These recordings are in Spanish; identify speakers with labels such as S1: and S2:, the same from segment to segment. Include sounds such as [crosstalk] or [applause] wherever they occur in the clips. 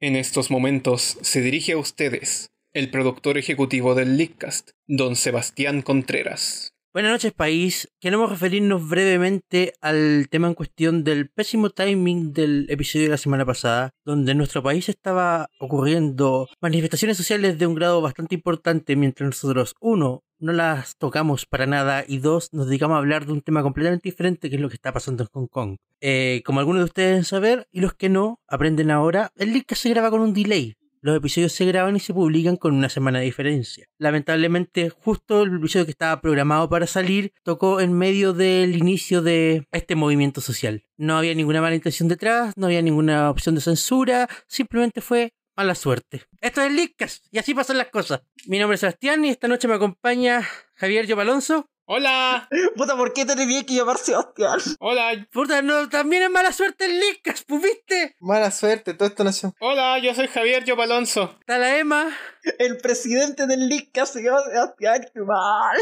S1: En estos momentos se dirige a ustedes el productor ejecutivo del Leadcast, don Sebastián Contreras.
S2: Buenas noches, país. Queremos referirnos brevemente al tema en cuestión del pésimo timing del episodio de la semana pasada, donde en nuestro país estaba ocurriendo manifestaciones sociales de un grado bastante importante, mientras nosotros, uno, no las tocamos para nada y dos, nos dedicamos a hablar de un tema completamente diferente que es lo que está pasando en Hong Kong. Eh, como algunos de ustedes deben saber, y los que no, aprenden ahora, el Leadcast se graba con un delay. Los episodios se graban y se publican con una semana de diferencia. Lamentablemente, justo el episodio que estaba programado para salir tocó en medio del inicio de este movimiento social. No había ninguna mala intención detrás, no había ninguna opción de censura, simplemente fue mala suerte. Esto es Lickas y así pasan las cosas. Mi nombre es Sebastián y esta noche me acompaña Javier Yo Alonso.
S1: ¡Hola!
S3: Puta, ¿por qué te tenía que
S4: [laughs]
S3: llamar Sebastián?
S1: ¡Hola!
S2: Puta, no, también es mala suerte el Lickas, ¿puviste?
S3: Mala suerte, toda esta nación.
S1: ¡Hola! Yo soy Javier Yo Alonso.
S2: Está la Emma.
S3: El presidente del Lica se llama Sebastián, qué mal.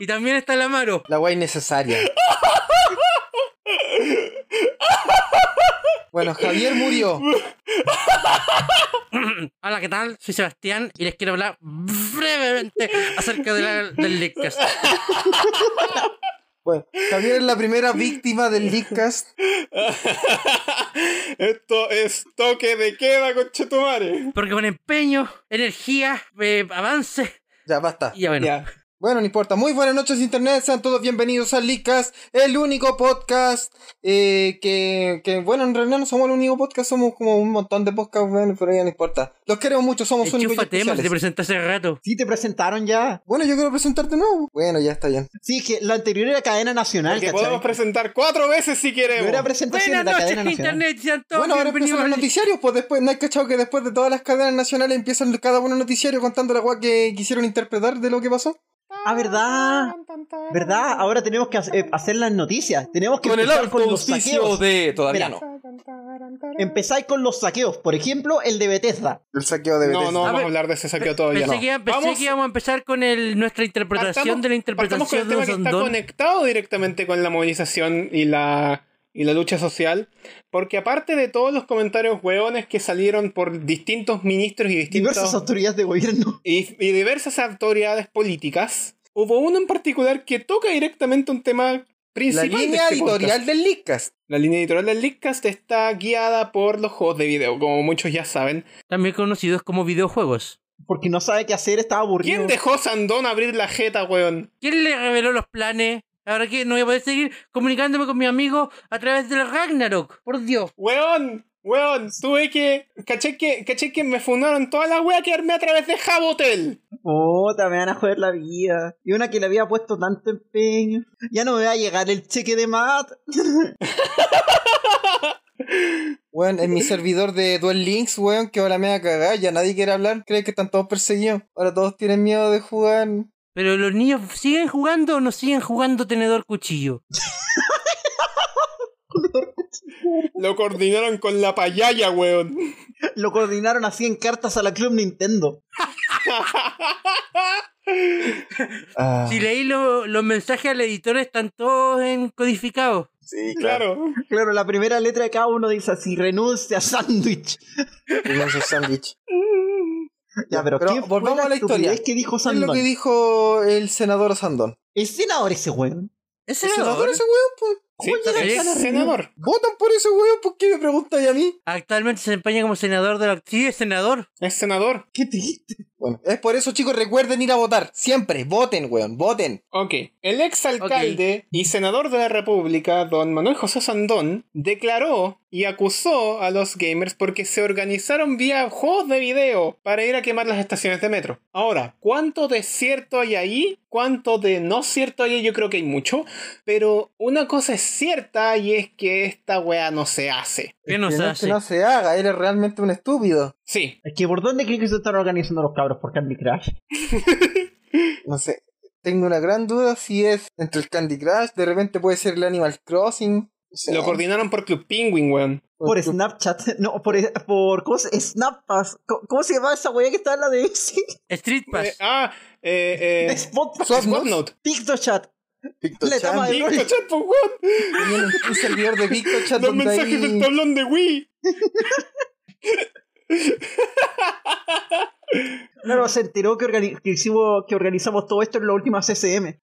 S2: Y también está la Maro.
S3: La guay necesaria. Bueno, Javier murió.
S2: Hola, ¿qué tal? Soy Sebastián y les quiero hablar brevemente acerca de la- del Lickas.
S3: Bueno, Javier es la primera víctima del Leadcast.
S1: Esto es toque de queda, conchetumare.
S2: Porque con empeño, energía, eh, avance.
S3: Ya, basta.
S2: Y ya bueno.
S1: Ya.
S3: Bueno, no importa. Muy buenas noches, Internet. Sean todos bienvenidos a Leadcast, el único podcast eh, que, que, bueno, en realidad no somos el único podcast, somos como un montón de podcasts, bueno, pero ya no importa. Los queremos mucho, somos únicos y
S2: Enchufa temas, te
S3: especiales.
S2: presenté hace rato.
S4: Sí, te presentaron ya.
S3: Bueno, yo quiero presentarte nuevo. Bueno, ya está bien.
S4: Sí, es que la anterior era cadena nacional,
S1: Que podemos
S4: ¿cachai?
S1: presentar cuatro veces si
S4: No
S1: queremos.
S4: era presentación,
S2: Buenas
S4: era
S2: noches,
S4: cadena nacional.
S2: internet. Sean todos
S3: Bueno, ahora
S2: bienvenidos.
S3: empiezan los
S2: al-
S3: noticiarios, pues después, ¿no hay cachado que después de todas las cadenas nacionales empiezan cada uno noticiario contando la guay que quisieron interpretar de lo que pasó?
S4: Ah, ¿verdad? ¿Verdad? Ahora tenemos que hace- eh, hacer las noticias. Tenemos que empezar con los saqueos.
S1: de...
S4: Mira, Empezáis con los saqueos. Por ejemplo, el de Bethesda.
S3: El saqueo de
S1: No, no
S2: A
S1: vamos
S2: ver,
S1: a hablar de ese saqueo
S2: Pe-
S1: todavía.
S2: pensé
S1: no.
S2: que, iba- pensé
S1: Vamos-
S2: que íbamos a empezar con el- nuestra interpretación
S1: Partamos-
S2: de la
S1: partamos con
S2: interpretación
S1: el
S2: de
S1: tema que está
S2: Sondón.
S1: conectado directamente con la movilización y la, y la lucha social, porque aparte de todos los comentarios hueones que salieron por distintos ministros y distintos
S4: Diversas autoridades de gobierno. [laughs]
S1: y, y diversas autoridades políticas, hubo uno en particular que toca directamente un tema
S3: La
S1: principal. de
S3: línea
S1: este
S3: editorial
S1: podcast.
S3: del Leadcast.
S1: La línea editorial del Leadcast está guiada por los juegos de video, como muchos ya saben.
S2: También conocidos como videojuegos.
S4: Porque no sabe qué hacer, estaba aburrido.
S1: ¿Quién dejó Sandón abrir la jeta, weón?
S2: ¿Quién le reveló los planes? Ahora que no voy a poder seguir comunicándome con mi amigo a través del Ragnarok. Por Dios.
S1: Weón, weón, tuve que. Caché que, caché que me fundaron toda la wea que armé a través de Jabotel.
S4: Puta, me van a joder la vida. Y una que le había puesto tanto empeño. Ya no me va a llegar el cheque de Matt.
S3: Weón, en mi servidor de Duel Links, weón, que ahora me va a cagar, ya nadie quiere hablar, cree que están todos perseguidos. Ahora todos tienen miedo de jugar.
S2: Pero los niños siguen jugando o no siguen jugando tenedor cuchillo.
S1: Lo coordinaron con la payaya, weón.
S4: Lo coordinaron así en cartas a la Club Nintendo.
S3: Ah,
S2: Si leí lo- los mensajes al editor están todos en codificados.
S3: sí,
S1: Claro.
S4: Claro, la primera letra de cada uno dice así, renuncia a sándwich.
S3: Inmenso sándwich.
S4: Ya, pero,
S3: Pero
S4: ¿qué fue
S3: volvamos a la
S4: estupidez
S3: historia.
S4: que dijo
S3: ¿Qué es lo
S4: Sandón?
S3: que dijo el senador Sandón?
S4: El senador ese weón.
S2: ¿Es
S3: ¿El senador
S2: senador?
S3: ese weón? Pues,
S1: Sí,
S2: llega
S1: el
S2: tan arriba?
S1: senador.
S3: ¿Votan por ese weón? ¿Por qué me preguntáis a mí?
S2: Actualmente se desempeña como senador de la... Sí, es senador.
S1: Es senador.
S4: Qué triste.
S3: Bueno, es por eso, chicos, recuerden ir a votar. Siempre, voten, weón, voten.
S1: Ok. El exalcalde y senador de la República, don Manuel José Sandón, declaró y acusó a los gamers porque se organizaron vía juegos de video para ir a quemar las estaciones de metro. Ahora, ¿cuánto de cierto hay ahí? ¿Cuánto de no cierto hay ahí? Yo creo que hay mucho. Pero una cosa es cierta y es que esta wea no se hace.
S2: ¿Qué nos
S3: que no,
S2: hace?
S3: que no se haga, eres realmente un estúpido.
S1: Sí.
S4: Es que ¿por dónde creen que se están organizando los cabros por Candy Crush?
S3: No sé, tengo una gran duda si es entre el Candy Crush, de repente puede ser el Animal Crossing. o sea,
S1: Lo coordinaron por Club Penguin, weón.
S4: Por
S3: porque-
S4: Snapchat. [laughs] No, por, por ¿cómo se, Snap Pass. Co- ¿Cómo, se llama esa weá que está en la de [laughs]
S2: Street
S1: Eh,
S2: Pass.
S1: ah, eh, eh,
S4: Spot [laughs]
S3: Swap
S1: Swapnote.
S3: Notes.
S4: PictoChat. La etapa de LOL.
S3: VictoChat.
S1: Victochat, pues, weón.
S3: Tenían un servidor de VictoChat
S1: Los
S3: donde
S1: mensajes del
S3: ahí...
S1: tablón de Wii.
S4: Claro, se enteró que, organi- que hicimos, que organizamos todo esto en la última CCM.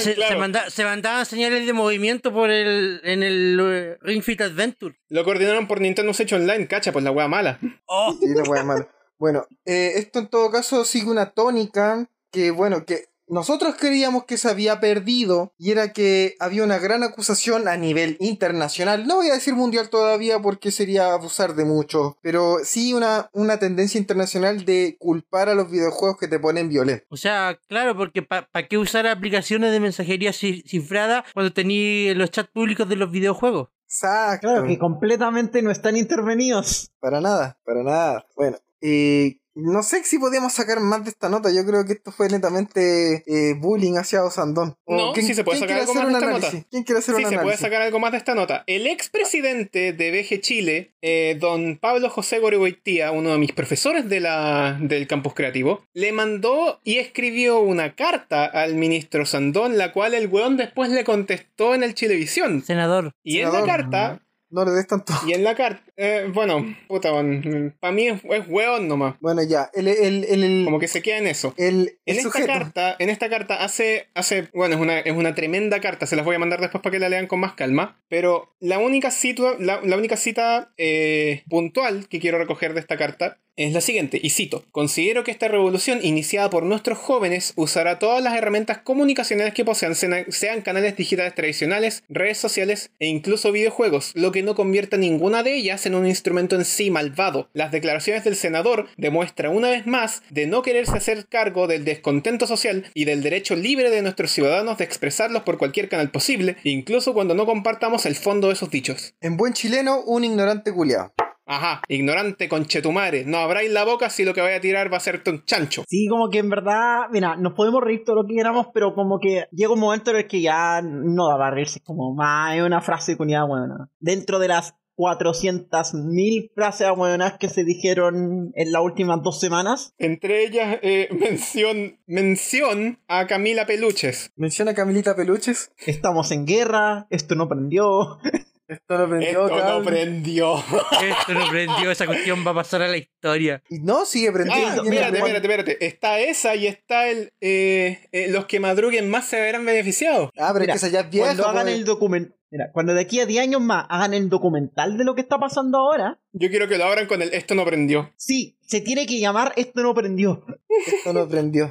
S2: Se,
S1: Claro.
S2: se manda- se mandaban señales de movimiento por el en el eh, Ring Fit Adventure.
S1: Lo coordinaron por Nintendo Switch Online, cacha, pues la wea mala.
S2: Oh,
S3: Sí, la wea mala. Bueno, eh, esto en todo caso sigue una tónica que, bueno, que nosotros creíamos que se había perdido y era que había una gran acusación a nivel internacional. No voy a decir mundial todavía porque sería abusar de mucho, pero sí una, una tendencia internacional de culpar a los videojuegos que te ponen violentos.
S2: o sea, claro, porque ¿para qué usar aplicaciones de mensajería ci- cifrada cuando tení los chats públicos de los videojuegos?
S3: Exacto.
S4: Claro, que completamente no están intervenidos.
S3: Para nada, para nada. Bueno, eh, no sé si podíamos sacar más de esta nota. Yo creo que esto fue netamente eh, bullying hacia Osandón. O
S1: No, sí se puede sacar
S3: quiere
S1: algo
S3: hacer
S1: más de
S3: un
S1: esta
S3: análisis?
S1: nota.
S3: ¿Quién quiere [laughs] hacer
S1: Sí,
S3: un
S1: se puede
S3: análisis?
S1: sacar algo más de esta nota. El expresidente de BG Chile, eh, don Pablo José Goregoitía, uno de mis profesores de la, del campus creativo, le mandó y escribió una carta al ministro Sandón, la cual el weón después le contestó en el Chilevisión. [laughs]
S2: Senador.
S1: Y en la
S3: Senador,
S1: carta,
S3: No le des tanto.
S1: y en la carta, eh, bueno, puta, para mí es, es weón nomás.
S3: Bueno, ya. El, el, el, el,
S1: Como que se queda en eso.
S3: el- el
S1: En esta
S3: sujeto.
S1: carta, en esta carta hace, hace, bueno, es una, es una tremenda carta, se las voy a mandar después para que la lean con más calma, pero la única, situa- la, la única cita eh, puntual que quiero recoger de esta carta es la siguiente, y cito, considero que esta revolución iniciada por nuestros jóvenes usará todas las herramientas comunicacionales que posean, sena- sean canales digitales tradicionales, redes sociales e incluso videojuegos, lo que no convierta ninguna de ellas en un instrumento en sí malvado. Las declaraciones del senador demuestran una vez más de no quererse hacer cargo del descontento social y del derecho libre de nuestros ciudadanos de expresarlos por cualquier canal posible, incluso cuando no compartamos el fondo de sus dichos.
S3: En buen chileno, un ignorante culiado.
S1: Ajá, ignorante conchetumare, no abráis la boca si lo que vaya a tirar va a ser un chancho.
S4: Sí, como que en verdad, mira, nos podemos reír todo lo que queramos, pero como que llega un momento en el que ya no da para reírse. Es Como, más es una frase cuñada buena. Dentro de las 400.000 frases buenas que se dijeron en las últimas dos semanas,
S1: Entre ellas, eh, [laughs] mención, mención a Camila Peluches.
S3: Menciona a Camilita Peluches.
S4: estamos en guerra, esto no prendió.
S3: Esto lo prendió.
S1: Esto no
S3: cable.
S1: prendió.
S2: Esto no prendió, esa cuestión va a pasar a la historia.
S3: Y no, sigue prendido.
S1: Ah,
S3: Tiene
S1: espérate,
S3: razón.
S1: espérate, espérate. Está esa y está el. eh, eh, los que madruguen más se verán beneficiados.
S3: Ah, pero
S4: Mira,
S3: es que esa ya es vieja.
S4: Cuando hagan
S3: pues.
S4: el documental, mira, cuando de aquí a 10 años más hagan el documental de lo que está pasando ahora,
S1: Yo quiero que lo abran con el esto no prendió.
S4: sí, se tiene que llamar esto no prendió. [laughs]
S3: Esto lo prendió.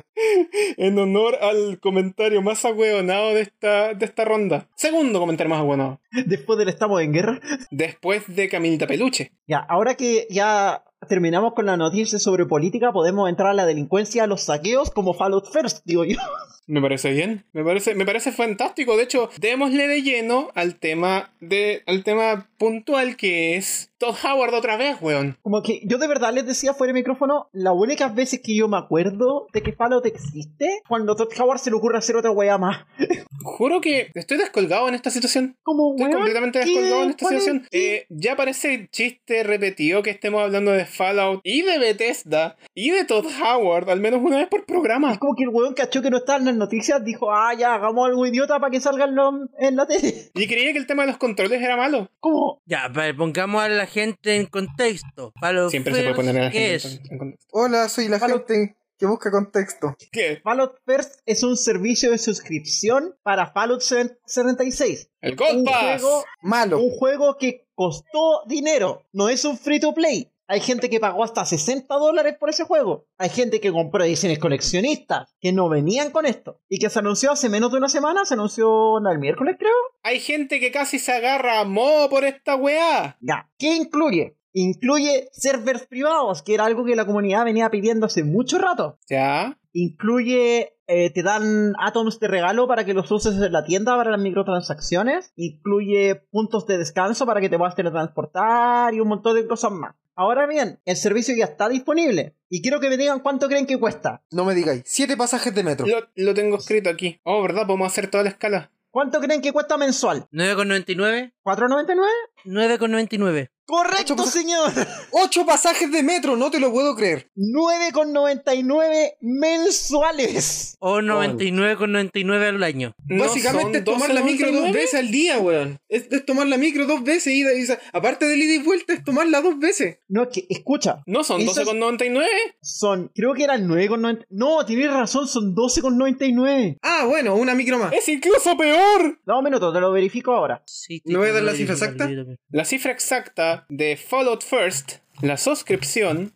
S1: En honor al comentario más agüeonado de esta, de esta ronda. Segundo comentario más agüeonado.
S4: Después del estamos en guerra.
S1: Después de Camilita Peluche.
S4: Ya, ahora que ya terminamos con la noticia sobre política, podemos entrar a la delincuencia, a los saqueos como Fallout First, digo yo. [laughs]
S1: Me parece bien. Me parece, me parece fantástico. De hecho, démosle de lleno al tema de, al tema puntual que es Todd Howard otra vez, weón.
S4: Como que yo de verdad les decía fuera de micrófono, las únicas veces que yo me acuerdo de que Fallout existe, cuando Todd Howard se le ocurre hacer otra weá más.
S1: Juro que estoy descolgado en esta situación.
S4: Como
S1: Estoy
S4: weón,
S1: completamente
S4: ¿qué?
S1: descolgado en esta
S4: ¿Cuál es?
S1: situación.
S4: ¿Qué?
S1: Eh, ya parece chiste repetido que estemos hablando de Fallout y de Bethesda y de Todd Howard, al menos una vez por
S4: Es
S1: programa.
S4: como que el weón cachó que no estaba en las noticias, dijo, ah, ya, hagamos algo idiota para que salga en la- en la tele. [laughs]
S1: Y creía que el tema de los controles era malo.
S4: Como,
S2: Ya, pa- pongamos a la gente en contexto. Fallout
S1: Siempre se puede
S2: First,
S1: poner a la
S2: ¿qué
S1: gente
S2: es?
S1: en- en contexto.
S3: Hola, soy la
S4: Palo-
S3: gente que busca contexto.
S1: ¿Qué?
S4: Fallout First es un servicio de suscripción para Fallout 76.
S1: El God
S4: un
S1: Pass.
S4: juego,
S3: Malo.
S1: Uh.
S4: un juego que costó dinero, no es un free to play. Hay gente que pagó hasta 60 dólares por ese juego. Hay gente que compró ediciones coleccionistas que no venían con esto. Y que se anunció hace menos de una semana, se anunció no, el miércoles creo.
S1: Hay gente que casi se agarra a modo por esta weá.
S4: Ya, ¿qué incluye? Incluye servers privados, que era algo que la comunidad venía pidiendo hace mucho rato.
S1: Ya.
S4: Incluye, eh, te dan atoms de regalo para que los uses en la tienda para las microtransacciones. Incluye puntos de descanso para que te puedas teletransportar y un montón de cosas más. Ahora bien, el servicio ya está disponible. Y quiero que me digan cuánto creen que cuesta.
S3: No me digáis. Siete pasajes de metro.
S1: Lo, lo tengo escrito aquí. Oh, ¿verdad? Podemos hacer toda la escala.
S4: ¿Cuánto creen que cuesta mensual?
S2: ¿9,99?
S4: ¿4.99?
S2: 9,99.
S4: Correcto,
S3: Ocho,
S4: señor.
S3: Ocho pasajes de metro, no te lo puedo creer.
S4: 9,99 mensuales.
S1: Oh,
S2: O 99,99 al año.
S1: ¿No
S3: Básicamente es
S1: son
S3: tomar la micro dos
S1: 12.99?
S3: veces al día, weón. Es, es tomar la micro dos veces, ida y sa- aparte del ida y vuelta, es tomarla dos veces.
S4: No, es que, escucha,
S1: ¿No son
S4: Eso es-
S1: 12,99?
S4: son, creo que eran 9,99. No, tienes razón, son 12,99.
S3: Ah, bueno, una micro más.
S1: ¡Es incluso peor!
S4: Dame un minuto, te lo verifico ahora.
S2: Sí,
S3: ¿No voy a dar
S2: te-
S3: la cifra exacta?
S1: La cifra exacta de Fallout First, la suscripción,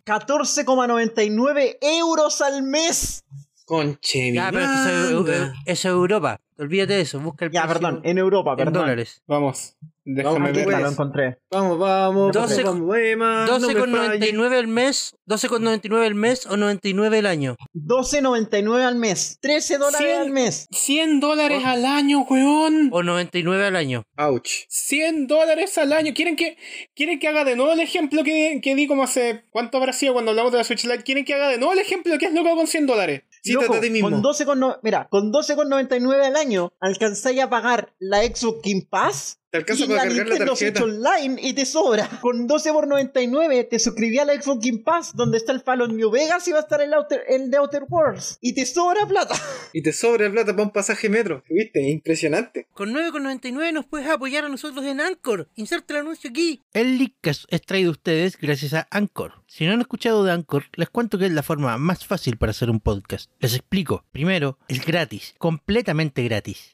S4: 14,99 euros al mes.
S3: Conche,
S2: Ya, pero es que eso es- es Europa. Olvídate de eso, busca el
S4: Ya,
S2: precio
S4: perdón, en Europa,
S2: en
S4: perdón.
S2: dólares.
S1: vamos, déjame
S3: Vamos,
S1: ver.
S3: tú
S4: Ya,
S1: las-
S4: lo
S3: puedes.
S4: encontré.
S3: Vamos, vamos,
S2: Doce-
S3: vamos, Emma, Ah, no me falles.
S2: 12,99 el mes, 12,99 el mes o 99 el año.
S4: 12,99 al mes. 13 dólares
S1: Cien-
S4: al mes.
S1: 100 dólares al año, weón.
S2: O 99 al año.
S3: Ouch.
S1: 100 dólares al año. ¿Quieren que, ¿Quieren que haga de nuevo el ejemplo que, que di como hace cuánto habrá sido cuando hablamos de la Switch Lite? ¿Quieren que haga de nuevo el ejemplo que has logrado con 100 dólares?
S3: Cítate
S4: Loco,
S3: a ti mismo.
S4: Con 12, mira, con 12,99 al año alcanzáis a pagar la Xbox Game Pass
S3: ¿Te alcanza
S4: y
S3: para
S4: la
S3: cargar la
S4: Nintendo Switch
S3: tarjeta?
S4: Online y te sobra. Con 12 por 99 te suscribí a la Xbox Game Pass donde está el Fallon New Vegas y va a estar el, Outer, el de Outer Worlds y te sobra plata.
S3: Y te sobra plata para un pasaje metro. ¿Viste? Impresionante.
S2: Con 9,99 nos puedes apoyar a nosotros en Anchor. Inserta el anuncio aquí. El Leadcast es traído a ustedes gracias a Anchor. Si no han escuchado de Anchor, les cuento que es la forma más fácil para hacer un podcast. Les explico. Primero, es gratis, completamente gratis.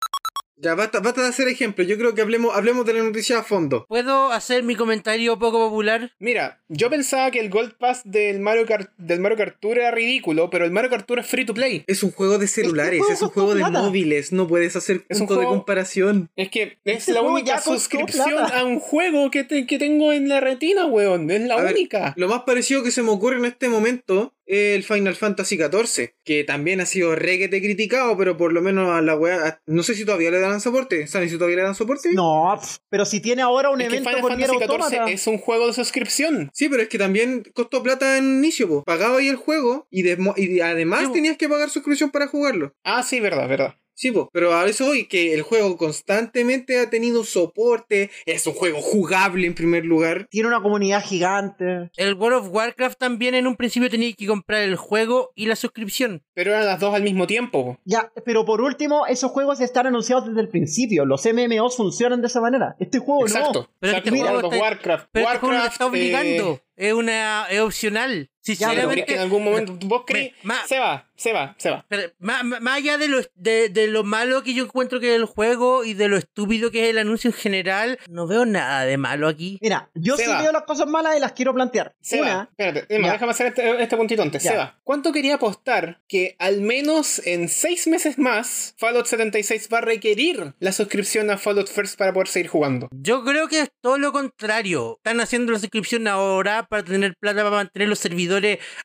S3: Ya, basta, basta de hacer ejemplos. Yo creo que hablemos, hablemos de la noticia a fondo.
S2: ¿Puedo hacer mi comentario poco popular?
S1: Mira, yo pensaba que el Gold Pass del Mario Kart, del Mario Kart Tour era ridículo, pero el Mario Kart Tour es free to play.
S3: Es un juego de celulares,
S4: juego
S3: es un
S4: costó
S3: juego de
S4: plata.
S3: móviles. No puedes hacer
S1: Es
S3: punto
S1: un
S3: de
S1: juego-
S3: comparación.
S1: Es que es
S4: Este
S1: la
S4: juego
S1: única
S4: ya costó
S1: suscripción
S4: plata.
S1: a un juego que, te- que tengo en la retina, weón. Es la
S3: A ver,
S1: única.
S3: Lo más parecido que se me ocurre en este momento es el Final Fantasy XIV, que también ha sido requete criticado, pero por lo menos a la weá. No sé si todavía le darán soporte. ¿Saben si todavía le dan soporte?
S4: No, pf, pero si tiene ahora un
S1: Es que
S4: evento
S1: Final
S4: con Nier
S1: Fantasy
S4: Automata.
S1: XIV es un juego de suscripción.
S3: Sí, pero es que también costó plata en un inicio, po. Pagaba ahí el juego y, desmo- y además
S2: Sí, po.
S3: tenías que pagar suscripción para jugarlo.
S1: Ah, sí, verdad, verdad.
S3: Sí, po. pero a eso hoy que el juego constantemente ha tenido soporte, es un juego jugable en primer lugar.
S4: Tiene una comunidad gigante.
S2: El World of Warcraft también en un principio tenía que comprar el juego y la suscripción.
S1: Pero eran las dos al mismo tiempo.
S4: Ya, pero por último, esos juegos están anunciados desde el principio. Los MMOs funcionan de esa manera. Este juego no.
S1: Exacto.
S2: Pero
S1: Exacto,
S2: este juego
S1: World of
S2: está-
S1: Warcraft.
S2: Pero este juego no
S1: Warcraft
S2: te está obligando.
S1: eh,
S2: Es una es opcional.
S1: ya, pero es
S2: Sinceramente,
S1: que en algún momento vos crees.
S2: Me- ma-
S1: Se va, se va, se va.
S2: pero más, más- más allá de lo, de, de lo malo que yo encuentro que es el juego y de lo estúpido que es el anuncio en general, no veo nada de malo aquí.
S4: Mira, yo
S1: Se
S4: sí
S1: va.
S4: veo las cosas malas y las quiero plantear.
S1: Se va.
S4: Una,
S1: Espérate, Emma,
S4: Ya.
S1: déjame hacer este, este puntito antes.
S4: Ya.
S1: Se va. ¿Cuánto quería apostar que al menos en seis meses más Fallout 76 va a requerir la suscripción a Fallout First para poder seguir jugando?
S2: Yo creo que es todo lo contrario. Están haciendo la suscripción ahora para tener plata para mantener los servidores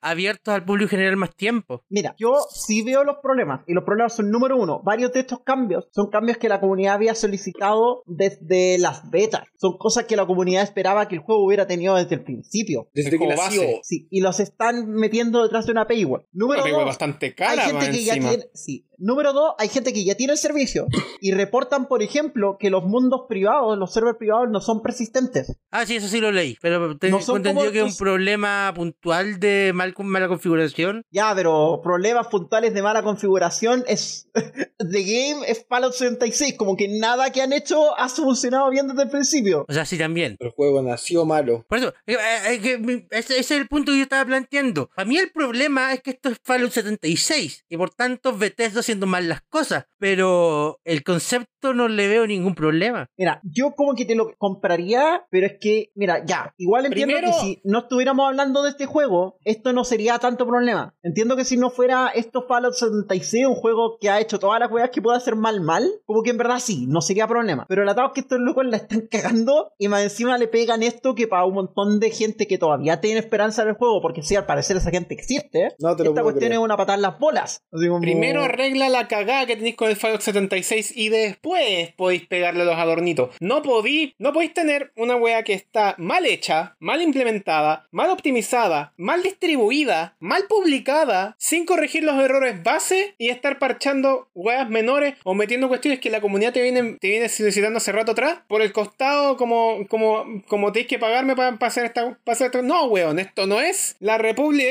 S2: abiertos al público en general más tiempo.
S4: Mira, yo sí veo los problemas, y los problemas son número uno, varios de estos cambios son cambios que la comunidad había solicitado desde las betas, son cosas que la comunidad esperaba que el juego hubiera tenido desde el principio.
S3: Desde que
S1: Como
S3: nació.
S1: base.
S4: Sí, y los están metiendo detrás de una paywall. Número
S1: Una paywall
S4: dos,
S1: bastante
S4: hay
S1: cara,
S4: gente
S1: más
S4: que ya
S1: encima.
S4: tiene, sí. Número dos, hay gente que ya tiene el servicio y reportan, por ejemplo, que los mundos privados, los servers privados no son persistentes.
S2: Ah, sí, eso sí lo leí. Pero tengo
S4: No son
S2: entendido
S4: como
S2: que es un
S4: estos-
S2: problema puntual de mal, mala configuración.
S4: Ya, pero problemas puntuales de mala configuración es. [laughs] The Game es Fallout 76. Como que nada que han hecho ha funcionado bien desde el principio.
S2: O sea, sí también.
S3: El juego nació malo.
S2: Por eso, eh, eh, que mi- ese, ese es el punto que yo estaba planteando. Para mí el problema es que esto es Fallout 76 y por tanto Bethesda haciendo mal las cosas, pero el concepto no le veo ningún problema.
S4: Mira, yo como que te lo compraría, pero es que, mira, ya, igual entiendo
S1: Primero-
S4: que si no estuviéramos hablando de este juego, esto no sería tanto problema. Entiendo que si no fuera esto Fallout 76, un juego que ha hecho todas las weas que puede hacer mal, mal, como que en verdad sí, no sería problema. Pero el atado es que estos locos la están cagando y más encima le pegan esto que para un montón de gente que todavía tiene esperanza en el juego, porque sí, al parecer esa gente existe,
S3: No te lo
S4: esta
S3: puedo
S4: cuestión
S3: creer.
S4: es una patada en las bolas. Así como-
S1: Primero arregla la cagada que tenéis con el Fallout 76 y después podéis pegarle los adornitos. No podí, no podéis tener una wea que está mal hecha, mal implementada, mal optimizada, mal distribuida, mal publicada, sin corregir los errores base y estar parchando weas menores o metiendo cuestiones que la comunidad te viene, te viene solicitando hace rato atrás por el costado como, como, como tenéis que pagarme para hacer esta... pa hacer esta- No, weón, esto no es la República...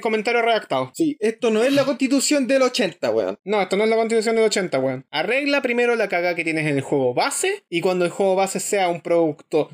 S1: comentario redactado.
S3: Sí, esto no es la constitución del 80, weón.
S1: No, esto no es la constitución del 80, weón. Arregla primero la caga que tienes en el juego base. Y cuando el juego base sea un producto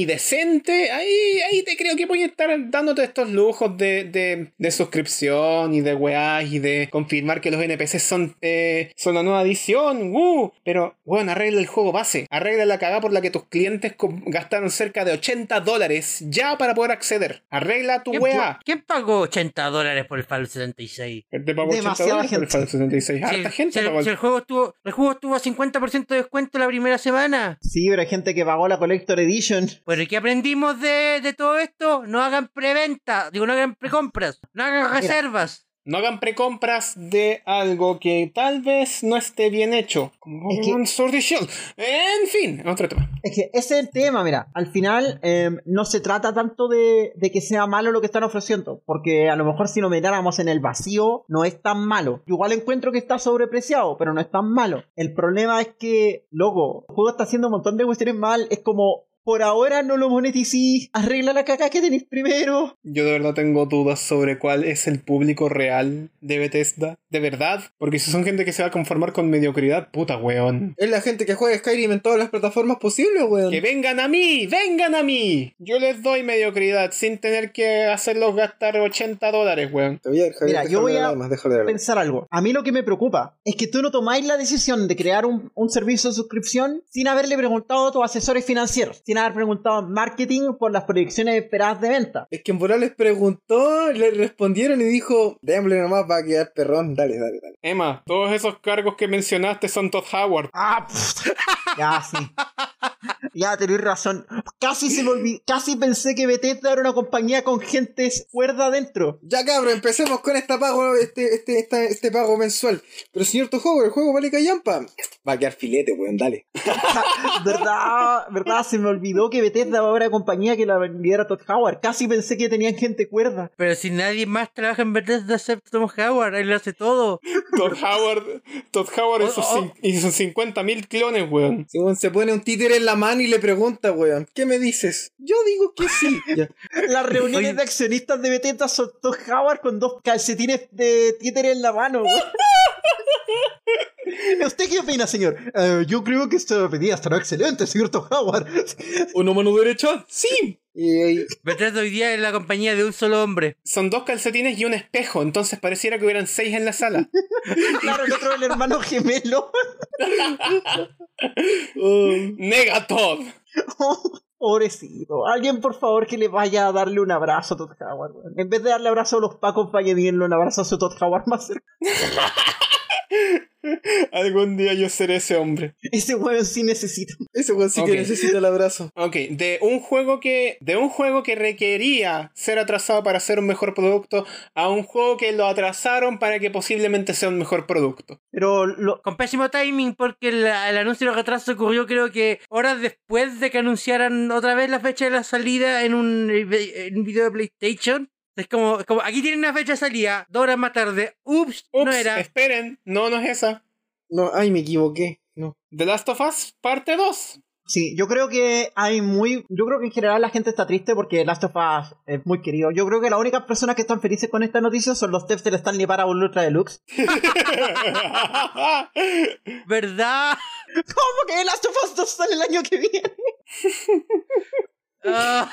S1: semidecente, ahí, ahí te creo que voy a estar dándote estos lujos de, de, de suscripción y de weás y de confirmar que los NPCs son, eh, son la nueva edición. ¡Woo! Pero, weón, arregla el juego base. Arregla la caga por la que tus clientes com- gastaron cerca de 80 dólares ya para poder acceder. Arregla tu
S2: ¿Quién,
S1: weá.
S2: pa- quién pagó 80 dólares por el Fallout 76?
S1: Te pagó 80
S4: Demasiada
S1: dólares por el
S4: gente.
S1: Fallout 76.
S2: Si el-
S1: Harta gente
S2: si el,
S1: pagó el
S2: si el juego estuvo, el juego estuvo a 50% de descuento la primera semana.
S4: Sí, pero hay gente que pagó la Collector Edition.
S2: Pero ¿y ¿qué aprendimos de, de todo esto? No hagan preventa, digo, no hagan precompras, no hagan reservas.
S1: No hagan precompras de algo que tal vez no esté bien hecho. Como
S4: Es que-
S1: Pokémon Sword y Shield. En fin, otro tema.
S4: Es que ese es el tema, mira. Al final eh, no se trata tanto de, de que sea malo lo que están ofreciendo, porque a lo mejor si lo miráramos en el vacío no es tan malo. Igual encuentro que está sobrepreciado, pero no es tan malo. El problema es que, loco, el juego está haciendo un montón de cuestiones mal, es como... Por ahora no lo moneticís, arregla la caca que tenéis primero.
S1: Yo de verdad tengo dudas sobre cuál es el público real de Bethesda. De verdad. Porque si son gente que se va a conformar con mediocridad, puta weón.
S3: Es la gente que juega Skyrim en todas las plataformas posibles, weón.
S1: Que vengan a mí, vengan a mí. Yo les doy mediocridad sin tener que hacerlos gastar 80 dólares, weón.
S3: Te voy a dejar-
S4: Mira,
S3: déjalo
S4: yo voy
S3: de hablar
S4: a
S3: más, déjalo de hablar.
S4: pensar algo. A mí lo que me preocupa es que tú no tomáis la decisión de crear un, un servicio de suscripción sin haberle preguntado a tus asesores financieros, sin haber preguntado en marketing por las proyecciones esperadas de venta.
S3: Es que en Morales preguntó, le respondieron y dijo, démosle nomás, va a quedar perrón, dale, dale, dale.
S1: Emma, todos esos cargos que mencionaste son Todd Howard.
S4: Ah, pff. [laughs] ya sí. Ya tenéis razón. Casi se me olvidó, casi pensé que Bethesda era una compañía con gente cuerda adentro.
S3: Ya cabrón, empecemos con esta pago, este, este, esta- este pago mensual. Pero señor Tojo, el juego vale callampa. Va a quedar filete, weón, dale.
S4: ¿Verdad? ¿Verdad? Se me olvidó que Bethesda era una compañía que la vendiera Todd Howard. Casi pensé que tenían gente cuerda.
S2: Pero si nadie más trabaja en Bethesda excepto Tom Howard, él lo hace todo.
S1: Todd Howard, Todd Howard
S4: Oh,
S1: y sus, cin- y sus 50.000 clones, weón.
S3: Según se pone un títere en la mano y le pregunta, weón, ¿qué me dices? Yo digo que sí. [laughs] Ya.
S4: [laughs] Las reuniones
S2: Oye.
S4: de accionistas de Beteta son dos Howard con dos calcetines de títere en la mano. güey. [laughs] ¿Usted qué opina, señor? "Eh, yo creo que esta medida estará excelente, señor Todd Howard.
S3: ¿Una mano derecha? Sí. Y, y-
S2: Bethesda hoy día es la compañía de un solo hombre.
S1: Son dos calcetines y un espejo, entonces pareciera que hubieran seis en la sala.
S4: [laughs] Claro, el otro es el hermano gemelo. [laughs]
S1: Negatod.
S4: Pobrecito. Alguien, por favor, que le vaya a darle un abrazo a Todd Howard. güey. En vez de darle abrazo a los pacos, vaya a darle un abrazo a su Todd Howard más cerca.
S1: Algún día yo seré ese hombre.
S4: [laughs] Ese weón sí necesita.
S3: ese weón sí
S1: Ok.
S3: que necesita el abrazo.
S1: Ok, de un juego que. De un juego que requería ser atrasado para ser un mejor producto. A un juego que lo atrasaron para que posiblemente sea un mejor producto.
S4: Pero lo,
S2: Con pésimo timing porque la- el anuncio de los retrasos ocurrió creo que horas después de que anunciaran otra vez la fecha de la salida en un, en un video de PlayStation. Es como, es como, aquí tienen una fecha de salida, dos horas más tarde. Ups,
S1: Ups,
S2: no era.
S1: esperen, no, no es esa.
S3: No, ay, me equivoqué. No.
S1: The Last of Us, parte 2.
S4: Sí, yo creo que hay muy. Yo creo que en general la gente está triste porque Last of Us es muy querido. Yo creo que las únicas personas que están felices con esta noticia son los devs del Stanley para Ultra Deluxe.
S2: ¿Verdad?
S4: ¿Cómo que Last of Us 2 sale el año que viene? [laughs]
S2: Ah.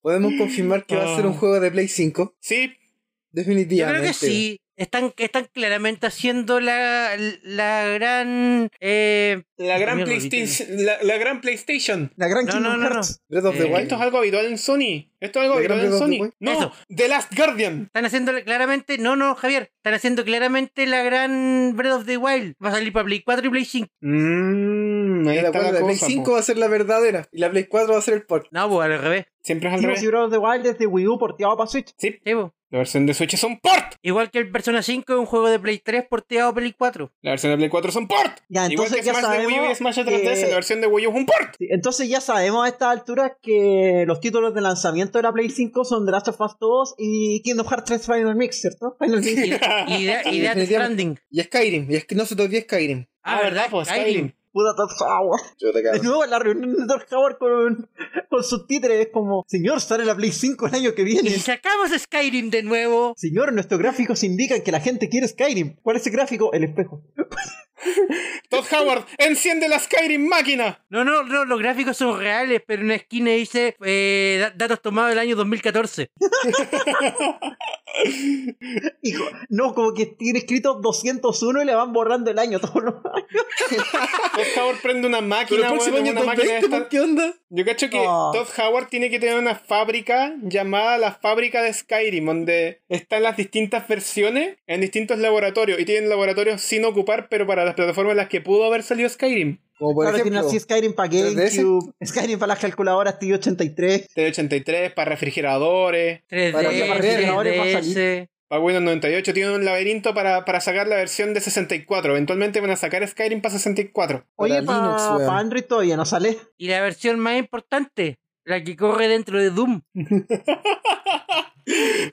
S3: Podemos confirmar que va a ser un
S1: Ah.
S3: juego de Play 5.
S1: [laughs] sí,
S2: Yo creo
S3: Definitivamente.
S2: que sí. Están, están claramente haciendo la, la gran. eh,
S1: La gran,
S2: Mierda,
S1: PlayStation, la, la gran PlayStation.
S3: La gran
S2: No,
S3: Kingdom
S2: no, no, no.
S3: Hearts.
S1: Breath of the
S2: Eh,
S1: Wild. Esto es algo habitual en Sony. Esto es algo
S3: La
S1: habitual
S3: gran
S1: en
S3: Breath of the
S1: Sony.
S3: Wild.
S1: No,
S2: Eso.
S1: The Last Guardian.
S2: están haciendo claramente. No, no, Javier. Están haciendo claramente la gran Breath of the Wild. Va a salir para Play 4 y Play 5.
S1: Mmm, ahí
S3: Mm, La,
S1: está
S3: cual- la
S1: la
S3: Play
S1: cosa,
S3: 5
S1: po.
S3: va a ser la verdadera. Y la Play 4 va a ser el port.
S2: No, pues al revés.
S1: Siempre es al
S4: Timothy
S1: revés.
S4: Breath of the Wild desde Wii U porteado para Switch.
S1: Sí,
S2: Sí, pues.
S1: la versión de Switch es un port.
S2: Igual que el Persona 5 es un juego de Play 3 porteado a Play 4.
S1: La versión de Play 4 es un port.
S4: Ya,
S1: Igual que
S4: Ah, entonces ya
S1: Smash de Wii U y
S4: sabemos.
S1: Smash de
S4: que-
S1: 3DS, la versión de Wii U es un port.
S4: Sí, Entonces ya sabemos a estas alturas que los títulos de lanzamiento de la Play 5 son The Last of Us 2 y Kingdom Hearts 3 Final Mix, ¿cierto? Final Mix. [laughs]
S1: [laughs]
S2: Y, y, de- y Death
S3: Definitivamente.
S2: Stranding.
S3: Y Skyrim. Y es que no se te olvide Skyrim.
S2: Ah, ¿verdad?
S1: Pues
S2: Skyrim.
S1: Skyrim.
S4: Puta Todd Howard.
S3: Yo te
S4: De nuevo la reunión de Todd Howard con, con sus títeres es como, señor, sale la Play 5 el año que
S2: Y
S4: viene.
S2: sacamos Skyrim de nuevo.
S4: Señor, nuestros gráficos indican que la gente quiere Skyrim. ¿Cuál es el gráfico? El espejo. [laughs]
S1: Todd Howard, enciende la Skyrim máquina.
S2: No, no, no, los gráficos son reales, pero en la esquina dice eh, da- datos tomados del año 2014.
S4: Hijo, no, como que tiene escrito 201 y le van borrando el [laughs] año todos los años.
S1: Todd Howard prende una
S3: Pero el
S1: máquina,
S3: próximo
S1: weón,
S3: año
S1: una máquina de
S3: 2020,
S1: esta-
S3: ¿por qué onda?
S1: Yo cacho que
S4: Oh.
S1: Todd Howard tiene que tener una fábrica llamada la fábrica de Skyrim, donde están las distintas versiones en distintos laboratorios. Y tienen laboratorios sin ocupar, pero para las plataformas en las que pudo haber salido Skyrim.
S3: Como por
S4: Ahora tiene
S3: ejemplo,
S4: así Skyrim para
S3: 3DS.
S4: GameCube, Skyrim para las calculadoras T83.
S1: T83 para refrigeradores,
S2: 3D,
S3: Para
S4: que apareciera ahora y va a
S2: 3DS.
S1: para Windows 98. Tienen un laberinto para, para sacar la versión de 64. Eventualmente van a sacar Skyrim para 64.
S4: Oye,
S3: Para
S4: para,
S3: Linux, weón.
S4: para Android todavía no sale.
S2: Y la versión más importante, la que corre dentro de Doom.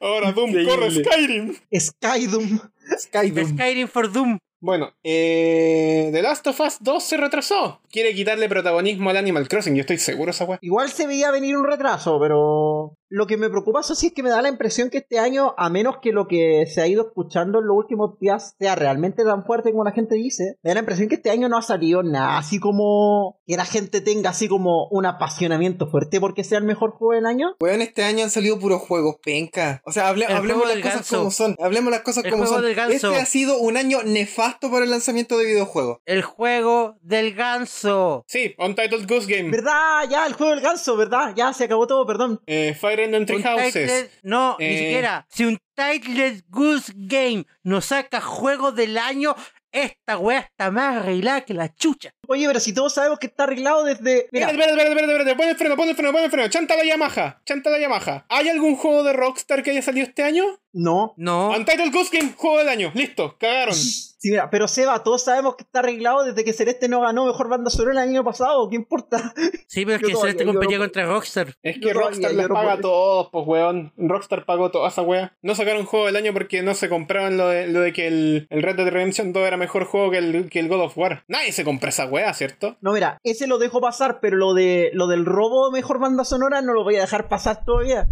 S1: Ahora Doom corre Skyrim.
S4: Skydoom.
S2: The
S3: Skyrim.
S2: Skyrim for Doom.
S1: Bueno, eh, The Last of Us 2 se retrasó. Quiere quitarle protagonismo al Animal Crossing. Yo estoy seguro esa weá.
S4: Igual se veía venir un retraso, pero lo que me preocupa eso sí es que me da la impresión que este año, a menos que lo que se ha ido escuchando en los últimos días sea realmente tan fuerte como la gente dice, me da la impresión que este año no ha salido nada así como que la gente tenga así como un apasionamiento fuerte porque sea el mejor juego del año.
S3: Weón, este año han salido puros juegos, penca. O sea, hable-
S2: El
S3: hablemos
S2: juego
S3: las
S2: del
S3: cosas
S2: ganso.
S3: como son. Hablemos las cosas
S2: El
S3: como
S2: juego
S3: son.
S2: del ganso.
S3: Este ha sido un año nefasto para el lanzamiento de videojuegos.
S2: El juego del ganso.
S1: Sí, Untitled Goose Game.
S4: ¿Verdad? Ya, el juego del ganso, ¿verdad? Ya, se acabó todo, perdón.
S1: Eh, Fire Emblem Three
S2: Un
S1: Houses.
S2: Titled- no,
S1: Eh.
S2: ni siquiera. Si un Titled Goose Game nos saca juego del año, esta weá está más arreglada que la chucha.
S4: Oye, pero si todos sabemos que está arreglado desde... Mira,
S1: Espérate, espérate, espérate, espérate, espérate. Pon el freno, pon el freno, pon el freno. Chanta la Yamaha. Chanta la Yamaha. ¿Hay algún juego de Rockstar que haya salido este año?
S4: no.
S2: No.
S1: Untitled Goose Game, juego del año. Listo, cagaron.
S4: Sí, mira, pero Seba, todos sabemos que está arreglado desde que Celeste no ganó mejor banda sonora el año pasado, ¿qué importa?
S2: Sí, pero es
S4: Yo
S2: que
S4: todavía
S2: Celeste
S4: lloro
S2: competía
S4: por-
S2: contra Rockstar.
S1: Es que
S4: Yo todavía
S1: Rockstar les
S4: lloro
S1: paga
S4: por
S1: a
S4: eso.
S1: todos, pues weón. Rockstar pagó toda esa wea. No sacaron juego del año porque no se compraban lo de, lo de que el, el Red Dead Redemption 2 era mejor juego que el, que el God of War. Nadie se compra esa wea, ¿cierto?
S4: No, mira, ese lo dejo pasar, pero lo de lo del robo de mejor banda sonora no lo voy a dejar pasar todavía.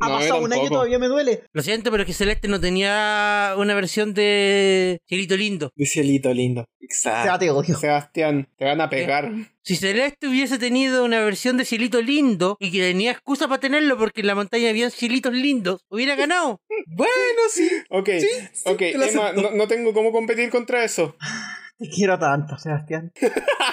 S4: Ha
S1: No, yo
S4: pasado un año y
S1: tampoco.
S4: todavía me duele.
S2: Lo siento, pero es que Celeste no tenía una versión de Cielito Lindo.
S3: Mi cielito lindo.
S1: Ah.
S4: O
S3: Exacto.
S4: sea, te odio.
S1: Sebastián, te van a
S3: [laughs]
S1: pegar.
S2: Si Celeste hubiese tenido una versión de Cielito Lindo y que tenía excusa para tenerlo porque en la montaña había cielitos lindos, hubiera ganado.
S3: Bueno, sí.
S1: Ok,
S3: Sí, sí,
S1: [laughs] ok,
S3: te lo
S1: Emma,
S3: acepto.
S1: no, no tengo cómo competir contra eso.
S4: Te quiero tanto, Sebastián.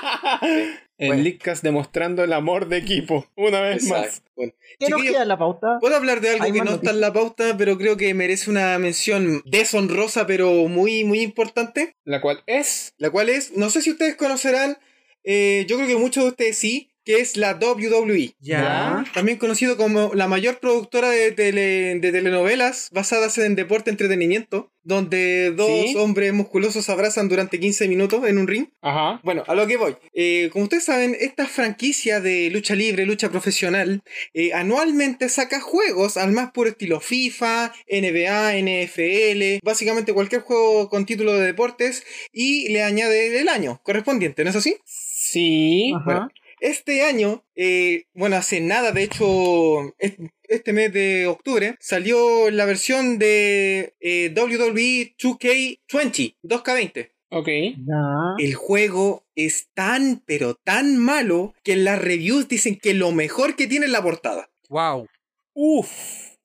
S1: El
S4: Pues.
S3: Bueno.
S1: Leakcast demostrando el amor de equipo, una vez más.
S3: Bueno,
S4: ¿Qué nos
S3: Chiquillos,
S4: queda en la pauta?
S1: Pues,
S3: Puedo hablar de algo
S4: Hay
S3: que
S4: más
S3: no está
S4: noticias.
S3: en la pauta, pero creo que merece una mención deshonrosa, pero muy, muy importante.
S1: La cual es.
S3: La cual es, no sé si ustedes conocerán, eh, yo creo que muchos de ustedes sí, que es la WWE.
S2: Ya.
S3: También conocido como la mayor productora de, tele- de telenovelas basadas en deporte entretenimiento, donde dos
S1: Sí.
S3: hombres musculosos se abrazan durante 15 minutos en un ring.
S1: Ajá.
S3: Bueno, a lo que voy. Eh, como ustedes saben, esta franquicia de lucha libre, lucha profesional, eh, anualmente saca juegos al más puro estilo FIFA, NBA, NFL, básicamente cualquier juego con título de deportes y le añade el año correspondiente, ¿no es así?
S1: Sí.
S4: Ajá.
S3: bueno. Este año, eh, bueno, hace nada, de hecho, es- este mes de octubre, salió la versión de eh, WWE 2K20, 2K20.
S1: Ok.
S4: Ya.
S3: El juego es tan, pero tan malo que en las reviews dicen que lo mejor que tiene es la portada.
S2: Wow.
S1: Uf.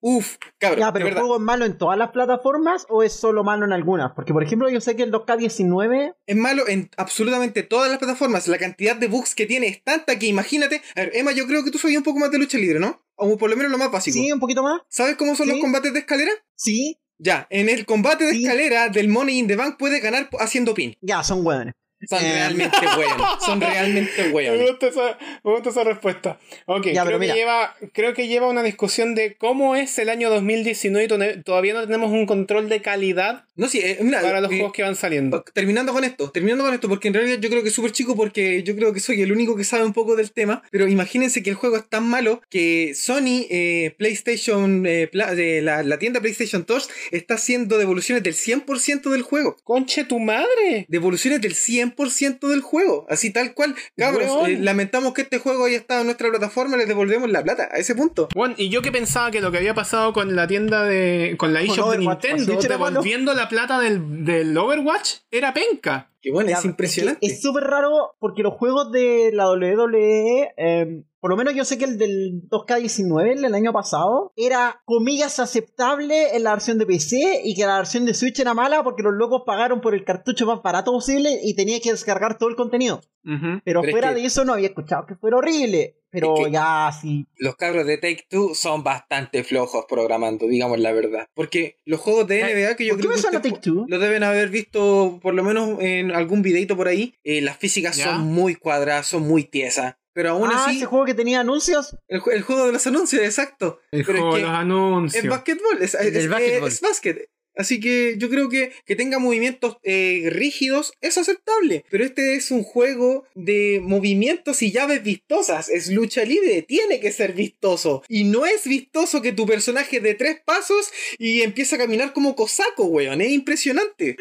S1: Uf, cabrón.
S4: Ya,
S1: de
S4: pero ¿el
S1: Eh, verdad.
S4: juego es malo en todas las plataformas o es solo malo en algunas? Porque, por ejemplo, yo sé que el 2K19
S1: Es malo en absolutamente todas las plataformas. La cantidad de bugs que tiene es tanta que imagínate. A ver, Emma, yo creo que tú sabías un poco más de lucha libre, ¿no? O por lo menos lo más básico.
S4: sí, un poquito más.
S1: ¿Sabes cómo son
S4: Sí.
S1: los combates de escalera?
S4: Sí,
S1: Ya, en el combate de
S4: Sí.
S1: escalera del Money in the Bank puedes ganar haciendo pin.
S4: ya, son hueones.
S1: Son
S4: Eh,
S1: realmente weón.
S4: [laughs]
S1: Son realmente Me weón. gusta esa, me gusta esa respuesta. Ok,
S4: Ya, pero
S1: creo, que
S4: mira.
S1: lleva, creo que lleva una discusión de cómo es el año 2019 y tone- todavía no tenemos un control de calidad
S3: No, sí, eh, mira,
S1: para los
S3: eh,
S1: juegos que van saliendo.
S3: Terminando con esto, terminando con esto, porque en realidad yo creo que es súper chico porque yo creo que soy el único que sabe un poco del tema, pero imagínense que el juego es tan malo que Sony, eh, PlayStation, eh, pla- de la, la tienda PlayStation Tours está haciendo devoluciones del 100% del juego.
S1: ¡Conche tu madre!
S3: Devoluciones del 100% del juego, así tal cual. Cabros,
S1: Weón.
S3: eh, lamentamos que este juego haya estado en nuestra plataforma, les devolvemos la plata, a ese punto.
S1: Bueno, y yo que pensaba que lo que había pasado con la tienda de. con la
S4: Con
S1: eShop de
S4: Overwatch,
S1: Nintendo,
S4: pasó, era malo.
S1: devolviendo la plata del, del Overwatch, era penca.
S3: Que bueno,
S4: Ya,
S3: [laughs] es impresionante.
S4: Es que es súper raro porque los juegos de la WWE, eh, por lo menos yo sé que el del 2K19, el del año pasado, era comillas aceptable en la versión de PC y que la versión de Switch era mala porque los locos pagaron por el cartucho más barato posible y tenía que descargar todo el contenido. Pero,
S3: Pero es
S4: fuera
S3: que-
S4: de eso no había escuchado que fuera horrible. Pero
S3: Es que-
S4: ya, sí.
S3: los cabros de Take Two son bastante flojos programando, digamos la verdad. Porque los juegos de NBA que yo
S4: Eh, ¿Por qué
S3: creo
S4: me
S3: que
S4: suena
S3: ustedes
S4: Take Two?
S3: lo deben haber visto por lo menos en algún videito por ahí, eh, las físicas
S1: Ya.
S3: son muy cuadradas, son muy tiesas. Pero aún
S4: Ah,
S3: así,
S4: ese juego que tenía anuncios.
S3: el, ju- el juego de los anuncios, exacto.
S1: El
S3: Pero
S1: juego
S3: es
S1: de
S3: que
S1: los
S3: es
S1: anuncios.
S3: basquetbol, es,
S2: El
S3: es-
S2: del
S3: es-
S2: basquetbol.
S3: es básquet. Así que yo creo que que tenga movimientos eh, rígidos es aceptable. Pero este es un juego de movimientos y llaves vistosas. Es lucha libre, tiene que ser vistoso. Y no es vistoso que tu personaje de tres pasos y empieza a caminar como cosaco, weón. Es impresionante.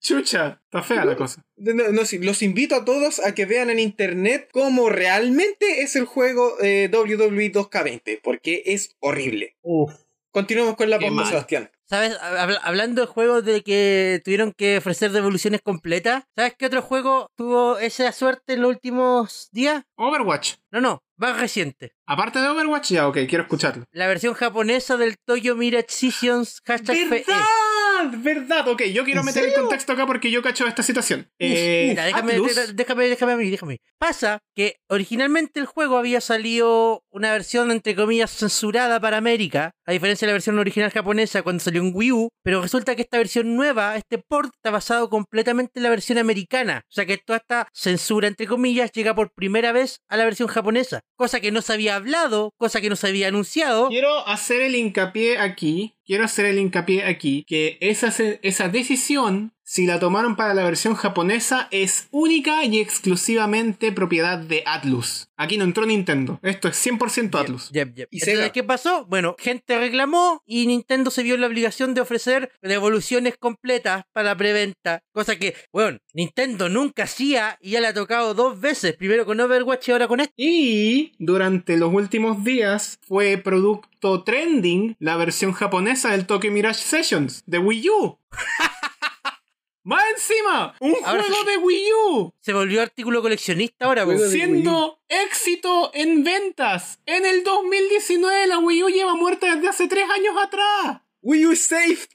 S1: Chucha, está fea la cosa.
S3: No- no, sí, los invito a todos a que vean en internet cómo realmente es el juego eh,
S5: E
S3: WWE 2K20, porque es horrible.
S4: Uf.
S3: Continuemos con la
S1: Qué
S3: bomba,
S1: mal.
S3: Sebastián.
S2: ¿Sabes? Habla- hablando de juegos de que tuvieron que ofrecer devoluciones completas, ¿sabes qué otro juego tuvo esa suerte en los últimos días?
S1: Overwatch.
S2: No, no, más reciente.
S1: Aparte de Overwatch, ya, ok, quiero escucharlo.
S2: La versión japonesa del Toyo Mirage Sessions hashtag E. FE.
S1: ¡Verdad! ¡Verdad! Ok, yo quiero
S4: ¿En
S1: meter el
S4: serio?
S1: contexto acá porque yo cacho esta situación. Eh,
S2: Mira, déjame,
S1: Atlus-
S2: déjame, déjame, déjame a mí, déjame. a mí. Pasa que originalmente el juego había salido una versión, entre comillas, censurada para América, a diferencia de la versión original japonesa cuando salió en Wii U, pero resulta que esta versión nueva, este port, está basado completamente en la versión americana. O sea que toda esta censura, entre comillas, llega por primera vez a la versión japonesa, cosa que no se había hablado, cosa que no se había anunciado.
S1: Quiero hacer el hincapié aquí, quiero hacer el hincapié aquí, que esa, se- esa decisión, si la tomaron para la versión japonesa, es única y exclusivamente propiedad de Atlus. Aquí no entró Nintendo, esto es 100% Atlus.
S2: Yep, yep.
S3: Y
S2: Entonces,
S3: Sega.
S2: ¿qué pasó? Bueno, gente reclamó y Nintendo se vio en la obligación de ofrecer devoluciones completas para la preventa. Cosa que, bueno, Nintendo nunca hacía y ya le ha tocado dos veces. Primero con Overwatch y ahora con este. esto.
S1: Y durante los últimos días fue producto trending la versión japonesa del Tokyo Mirage Sessions de Wii U. ¡Más encima! ¡Un
S2: Ahora
S1: juego
S2: sí.
S1: de Wii U!
S2: Se volvió artículo coleccionista ahora, po.
S3: Juego de
S1: Siendo éxito en ventas. En el 2019 la Wii U lleva muerta desde hace tres años atrás.
S3: Wii U Safe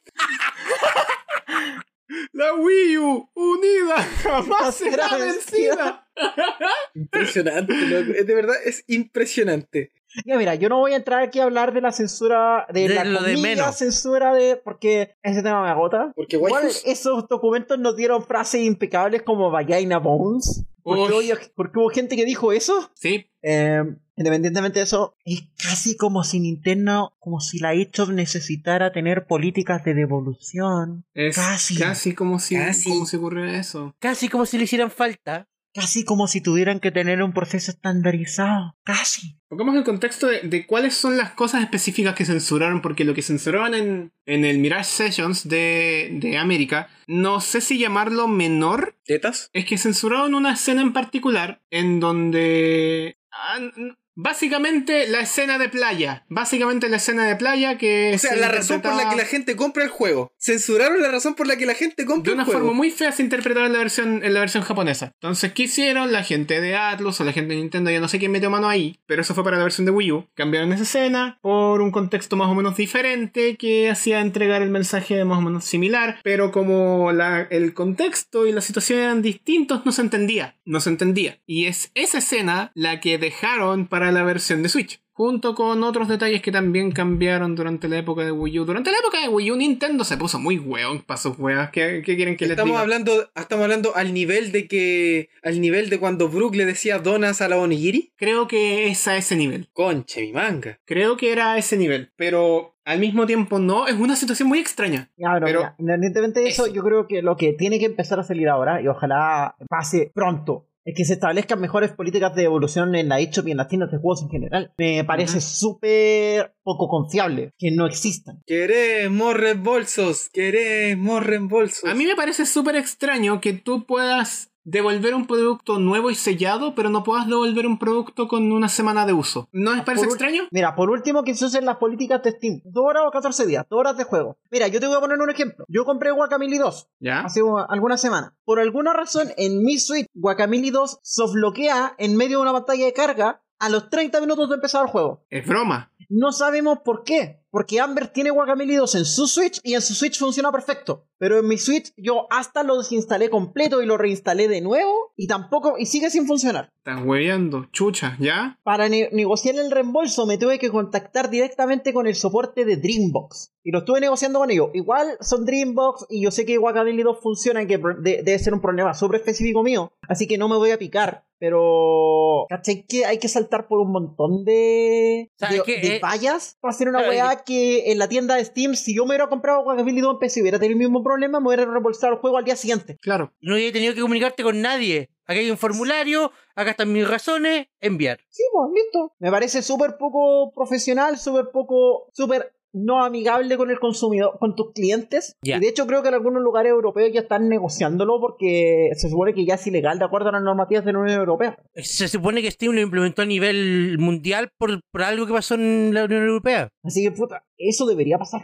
S1: La Wii U unida [laughs] jamás será
S4: Será
S1: vencida. [laughs]
S3: Impresionante, loco. Es De verdad, es impresionante.
S4: Ya, mira, yo no voy a entrar aquí a hablar de la censura, de,
S2: De
S4: la
S2: lo de
S4: comilla
S2: menos.
S4: censura de. porque ese tema me agota.
S3: Porque
S4: Igual
S3: waifus-
S4: esos documentos nos dieron frases impecables como Vagina Bones. ¿Por qué,
S1: Uf.
S4: hubo, por qué hubo gente que dijo eso?
S1: Sí,
S4: Eh, independientemente de eso, es casi como si Nintendo, como si la eShop necesitara tener políticas de devolución.
S1: es
S4: Casi.
S1: casi, como si
S3: Casi.
S1: como si ocurriera eso.
S2: Casi como si le hicieran falta.
S4: Casi como si tuvieran que tener un proceso estandarizado. Casi.
S1: Pongamos el contexto de, de cuáles son las cosas específicas que censuraron, porque lo que censuraron en, en el Mirage Sessions de, de América, no sé si llamarlo menor
S3: ¿Tetas?
S1: Es que censuraron una escena en particular en donde. ah, n- Básicamente la escena de playa. Básicamente la escena de playa que.
S5: O sea, la razón por la que la gente compra el juego. Censuraron la razón por la que la gente compra
S1: De una
S5: el juego.
S1: forma muy fea se interpretaron en la versión, en la versión japonesa. Entonces, ¿qué hicieron? La gente de Atlus o la gente de Nintendo, ya no sé quién metió mano ahí, pero eso fue para la versión de Wii U. Cambiaron esa escena por un contexto más o menos diferente que hacía entregar el mensaje más o menos similar, pero como la- el contexto y la situación eran distintos, no se entendía. No se entendía. Y es esa escena la que dejaron para la versión de Switch. Junto con otros detalles que también cambiaron durante la época de Wii U. Durante la época de Wii U, Nintendo se puso muy weón para sus weas. ¿Qué, qué quieren que les
S5: Estamos
S1: diga?
S5: hablando, estamos hablando al nivel de que. Al nivel de cuando Brook le decía donas a la onigiri.
S1: Creo que es a ese nivel.
S5: Conche, mi manga.
S1: Creo que era a ese nivel. Pero al mismo tiempo no. Es una situación muy extraña.
S4: Ya, pero,
S1: Pero-
S4: mira, independientemente de eso,
S1: eso.
S4: yo creo que lo que tiene que empezar a salir ahora, y ojalá pase pronto, es que se establezcan mejores políticas de evolución en la eShop y en las tiendas de juegos en general. Me parece súper poco confiable que no existan.
S5: Queremos reembolsos, queremos reembolsos.
S1: A mí me parece súper extraño que tú puedas devolver un producto nuevo y sellado, pero no puedas devolver un producto con una semana de uso. ¿No les parece
S4: Por-
S1: extraño?
S4: Mira, por último, que se usen las políticas de Steam. Dos horas o 14 días, dos horas de juego. Mira, yo te voy a poner un ejemplo. Yo compré Guacamole 2
S1: Ya.
S4: hace u- algunas semanas. Por alguna razón, en mi Switch, Guacamole 2 bloquea en medio de una pantalla de carga a los 30 minutos de empezar el juego.
S1: Es broma.
S4: No sabemos por qué. Porque Amber tiene Guacamole 2 en su Switch y en su Switch funciona perfecto. Pero en mi Switch yo hasta lo desinstalé completo y lo reinstalé de nuevo y tampoco, y sigue sin funcionar.
S1: Están hueveando. Chucha, ¿ya?
S4: Para ne- negociar el reembolso me tuve que contactar directamente con el soporte de Dreambox. Y lo estuve negociando con ellos. Igual son Dreambox y yo sé que Guacamole 2 funciona y que pro- de- debe ser un problema súper específico mío. Así que no me voy a picar. Pero... ¿Cachai que hay que saltar por un montón de...
S2: sea,
S4: de,
S2: es que,
S4: de
S2: eh,
S4: vallas? Para hacer una
S2: claro,
S4: weá que en la tienda de Steam, si yo me hubiera comprado Guacamole 2 en PC y hubiera tenido el mismo problema, me hubiera reembolsado el juego al día siguiente.
S1: Claro.
S2: No he tenido que comunicarte con nadie. Acá hay un formulario, acá están mis razones, enviar.
S4: Sí, pues, listo. Me parece súper poco profesional, súper poco, súper no amigable con el consumidor, con tus clientes.
S2: Ya.
S4: Y de hecho creo que en algunos lugares europeos ya están negociándolo porque se supone que ya es ilegal de acuerdo a las normativas de la Unión Europea.
S2: Se supone que Steam lo implementó a nivel mundial por, por algo que pasó en la Unión Europea.
S4: Así que, puta, eso debería pasar.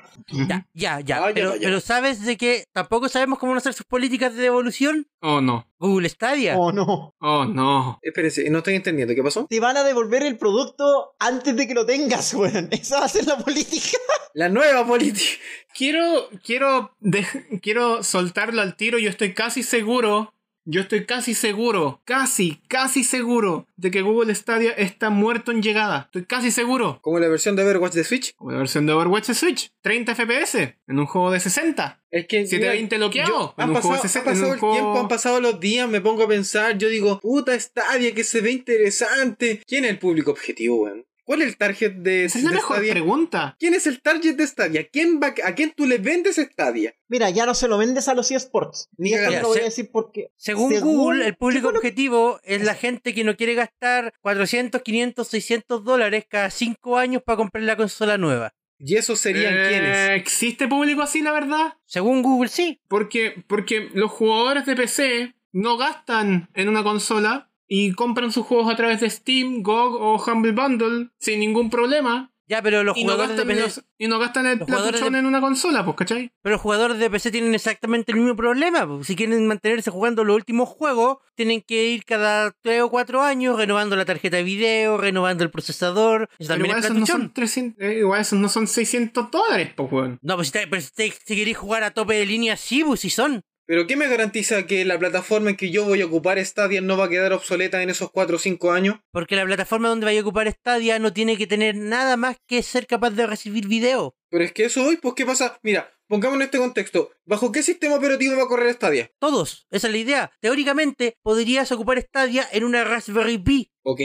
S2: Ya, ya, ya.
S5: Vaya,
S2: pero,
S5: vaya.
S2: pero sabes de que tampoco sabemos cómo van a hacer sus políticas de devolución.
S1: Oh, no.
S2: Google Stadia.
S4: ¿O no?
S1: Oh, no.
S5: Espérense, no estoy entendiendo, ¿qué pasó?
S4: Te van a devolver el producto antes de que lo tengas, [laughs] weón. Esa va a ser la política.
S5: La nueva política. [laughs]
S1: Quiero, quiero, dej- quiero soltarlo al tiro. Yo estoy casi seguro. Yo estoy casi seguro, casi, casi seguro de que Google Stadia está muerto en llegada. Estoy casi seguro.
S5: Como la versión de Overwatch de Switch.
S1: Como la versión de Overwatch de Switch, 30 FPS en un juego de 60.
S5: Es que. mira,
S1: 720 bloqueado.
S5: yo-
S1: en
S5: han
S1: un
S5: pasado,
S1: juego de 60,
S5: ha pasado
S1: en un
S5: el
S1: juego-
S5: tiempo, han pasado los días, me pongo a pensar, yo digo, puta Stadia, que se ve interesante. ¿Quién es el público objetivo, weón? ¿Cuál es el target de,
S1: Esa es la
S5: de
S1: mejor
S5: Stadia?
S1: pregunta.
S5: ¿Quién es el target de Stadia? ¿Quién va, ¿A quién tú le vendes Stadia?
S4: Mira, ya no se lo vendes a los eSports.
S5: Ni
S4: Y esto
S5: cagando.
S4: no lo voy a
S2: Se-
S4: decir porque...
S2: Según,
S4: Según-
S2: Google, el
S4: ¿qué
S2: público
S4: fue lo-
S2: objetivo es la gente que no quiere gastar 400, 500, 600 dólares cada 5 años para comprar la consola nueva.
S5: ¿Y esos serían
S1: Eh,
S5: quiénes?
S1: ¿Existe público así, la verdad?
S2: Según Google, sí.
S1: Porque, porque los jugadores de PC no gastan en una consola y compran sus juegos a través de Steam, GOG o Humble Bundle sin ningún problema.
S2: Ya, pero los
S1: Y no,
S2: jugadores de
S1: gastan
S2: PC,
S1: los- y no gastan el
S2: los jugadores
S1: platuchón
S2: de-
S1: en una consola, pues, ¿cachai?
S2: pero los jugadores de PC tienen exactamente el mismo problema. po. Si quieren mantenerse jugando los últimos juegos, tienen que ir cada 3 o 4 años renovando la tarjeta de video, renovando el procesador. Eso
S1: Pero
S2: también
S1: igual
S2: es
S1: esos, no
S2: platuchón.
S1: son 300, eh, igual esos no son 600 dólares, pues, weón.
S2: No, pues si, te- pero si, te- si queréis jugar a tope de línea, sí, pues si son.
S5: ¿Pero qué me garantiza que la plataforma en que yo voy a ocupar Stadia no va a quedar obsoleta en esos 4 o 5 años?
S2: Porque la plataforma donde vaya a ocupar Stadia no tiene que tener nada más que ser capaz de recibir video.
S5: Pero es que eso hoy, pues ¿qué pasa? Mira, pongámonos en este contexto. ¿Bajo qué sistema operativo va a correr Stadia?
S2: Todos. Esa es la idea. Teóricamente, podrías ocupar Stadia en una Raspberry Pi.
S5: ¿Ok?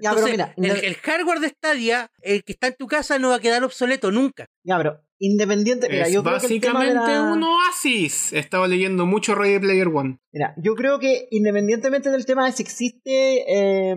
S4: Ya,
S2: Entonces,
S4: pero mira...
S2: el, el hardware de Stadia, el que está en tu casa, no va a quedar obsoleto nunca.
S4: Ya, pero independiente, mira,
S1: es
S4: yo creo que el tema de
S1: básicamente
S4: la-
S1: un oasis. He estado leyendo mucho Ready Player One.
S4: Mira, yo creo que independientemente del tema de si existe eh,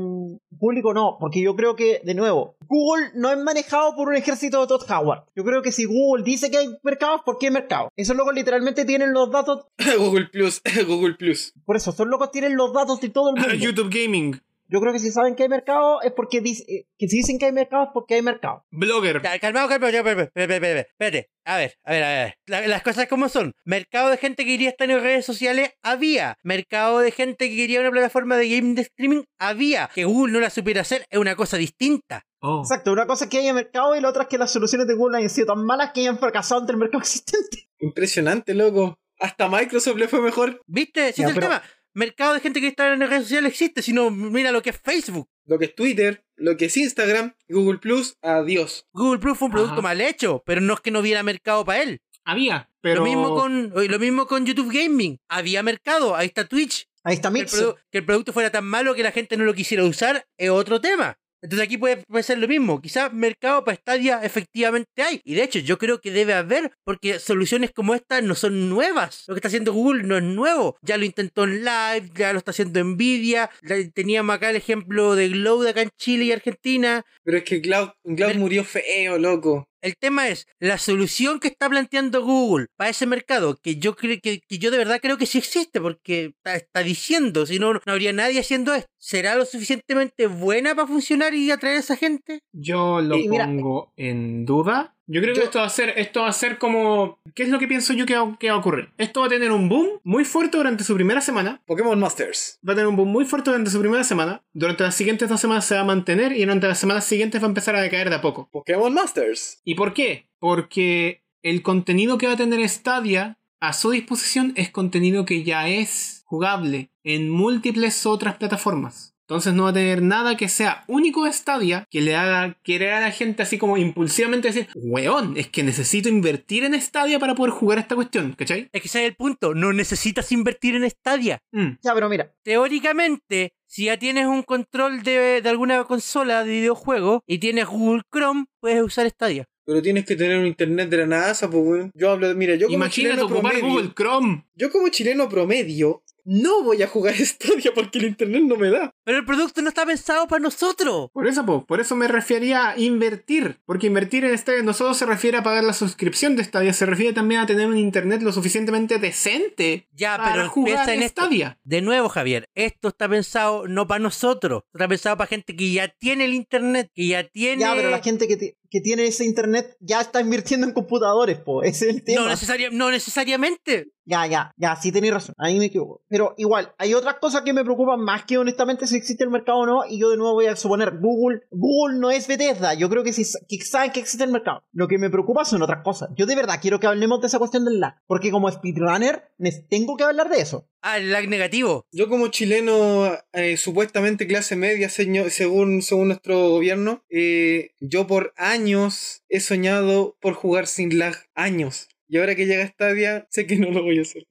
S4: público o no, porque yo creo que, de nuevo, Google no es manejado por un ejército de Todd Howard. Yo creo que si Google dice que hay mercados, ¿por qué hay mercados? Esos locos literalmente tienen los datos,
S5: [laughs] Google Plus, [laughs] Google Plus.
S1: [laughs]
S4: por eso, esos locos tienen los datos de todo el mundo.
S1: YouTube Gaming.
S4: Yo creo que si saben que hay mercado es porque dice, eh, que si dicen que hay mercado es porque hay mercado.
S1: Blogger.
S2: Ya, calmado, calmado, ya, espérate, espérate, espérate, espérate. A ver, a ver, a ver. La- las cosas como son. Mercado de gente que quería estar en redes sociales, había. Mercado de gente que quería una plataforma de game de streaming, había. Que Google no la supiera hacer es una cosa distinta.
S1: Oh.
S4: Exacto, una cosa es que haya mercado y la otra es que las soluciones de Google han sido tan malas que hayan fracasado ante el mercado existente.
S5: Impresionante, loco. Hasta Microsoft le fue mejor.
S2: ¿Viste? Ese
S4: Ya,
S2: es el
S4: pero-
S2: tema. Mercado de gente que está en redes sociales existe, sino mira lo que es Facebook.
S5: Lo que es Twitter, lo que es Instagram, Google Plus, adiós.
S2: Google Plus fue un producto
S1: Ajá.
S2: mal hecho, pero no es que no hubiera mercado para él.
S1: Había, pero.
S2: Lo, mismo con, oye, lo mismo con YouTube Gaming. Había mercado, ahí está Twitch.
S4: Ahí está
S2: Que el,
S4: Mixer.
S2: produ- que el producto fuera tan malo que la gente no lo quisiera usar es otro tema. Entonces aquí puede, puede ser lo mismo. Quizás mercado para Stadia efectivamente hay. Y de hecho yo creo que debe haber porque soluciones como esta no son nuevas. Lo que está haciendo Google no es nuevo. Ya lo intentó en Live, ya lo está haciendo Nvidia. la- Teníamos acá el ejemplo de Glow de acá en Chile y Argentina.
S5: Pero es que Cloud, Cloud
S2: Mer-
S5: murió feo, loco.
S2: El tema es la solución que está planteando Google para ese mercado, que yo creo que, que yo de verdad creo que sí existe, porque está, está diciendo, si no, no habría nadie haciendo esto. ¿Será lo suficientemente buena para funcionar y atraer a esa gente?
S1: Yo lo
S4: Y mira-
S1: pongo en duda. Yo creo que
S4: Yo-
S1: esto va a ser, esto va a ser como. ¿Qué es lo que pienso yo que va, que va a ocurrir? Esto va a tener un boom muy fuerte durante su primera semana.
S5: Pokémon Masters.
S1: Va a tener un boom muy fuerte durante su primera semana. Durante las siguientes dos semanas se va a mantener y durante las semanas siguientes va a empezar a decaer de a poco.
S5: Pokémon Masters.
S1: ¿Y por qué? Porque el contenido que va a tener Stadia a su disposición es contenido que ya es jugable en múltiples otras plataformas. Entonces no va a tener nada que sea único de Stadia que le haga querer a la gente así como impulsivamente decir, weón, es que necesito invertir en Stadia para poder jugar esta cuestión, ¿cachai?
S2: Es que ese es el punto, no necesitas invertir en Stadia.
S1: Mm.
S4: Ya, pero mira,
S2: Teóricamente, si ya tienes un control de, de alguna consola de videojuego y tienes Google Chrome, puedes usar Stadia.
S5: Pero tienes que tener un internet de la NASA, pues, weón. Yo hablo, mira, yo como
S1: Imagínate
S5: chileno
S1: ocupar
S5: promedio-
S1: Google Chrome.
S5: Yo como chileno promedio no voy a jugar [laughs] Stadia porque el internet no me da.
S2: Pero el producto no está pensado para nosotros.
S1: Por eso, po, por eso me refería a invertir. Porque invertir en Stadia no solo se refiere a pagar la suscripción de Stadia, se refiere también a tener un internet lo suficientemente decente
S2: Ya,
S1: para
S2: Ah, pero
S1: jugar
S2: piensa en esto.
S1: Stadia.
S2: De nuevo, Javier, esto está pensado no para nosotros, está pensado para gente que ya tiene el internet, que ya tiene.
S4: ya, pero la gente que, ti- que tiene ese internet ya está invirtiendo en computadores, po. [laughs] Ese es el tema.
S2: no, necesaria- no necesariamente.
S4: Ya, ya, ya, sí tenéis razón, ahí me equivoco. Pero igual, hay otras cosas que me preocupan más que honestamente si existe el mercado o no, y yo de nuevo voy a suponer, Google, Google no es Bethesda, yo creo que, sí, que saben que existe el mercado. Lo que me preocupa son otras cosas. Yo de verdad quiero que hablemos de esa cuestión del lag, porque como speedrunner me tengo que hablar de eso.
S2: Ah, el lag negativo.
S5: Yo como chileno eh, supuestamente clase media seño- según, según nuestro gobierno, eh, yo por años he soñado por jugar sin lag, años. Y ahora que llega Stadia, sé que no lo voy a hacer.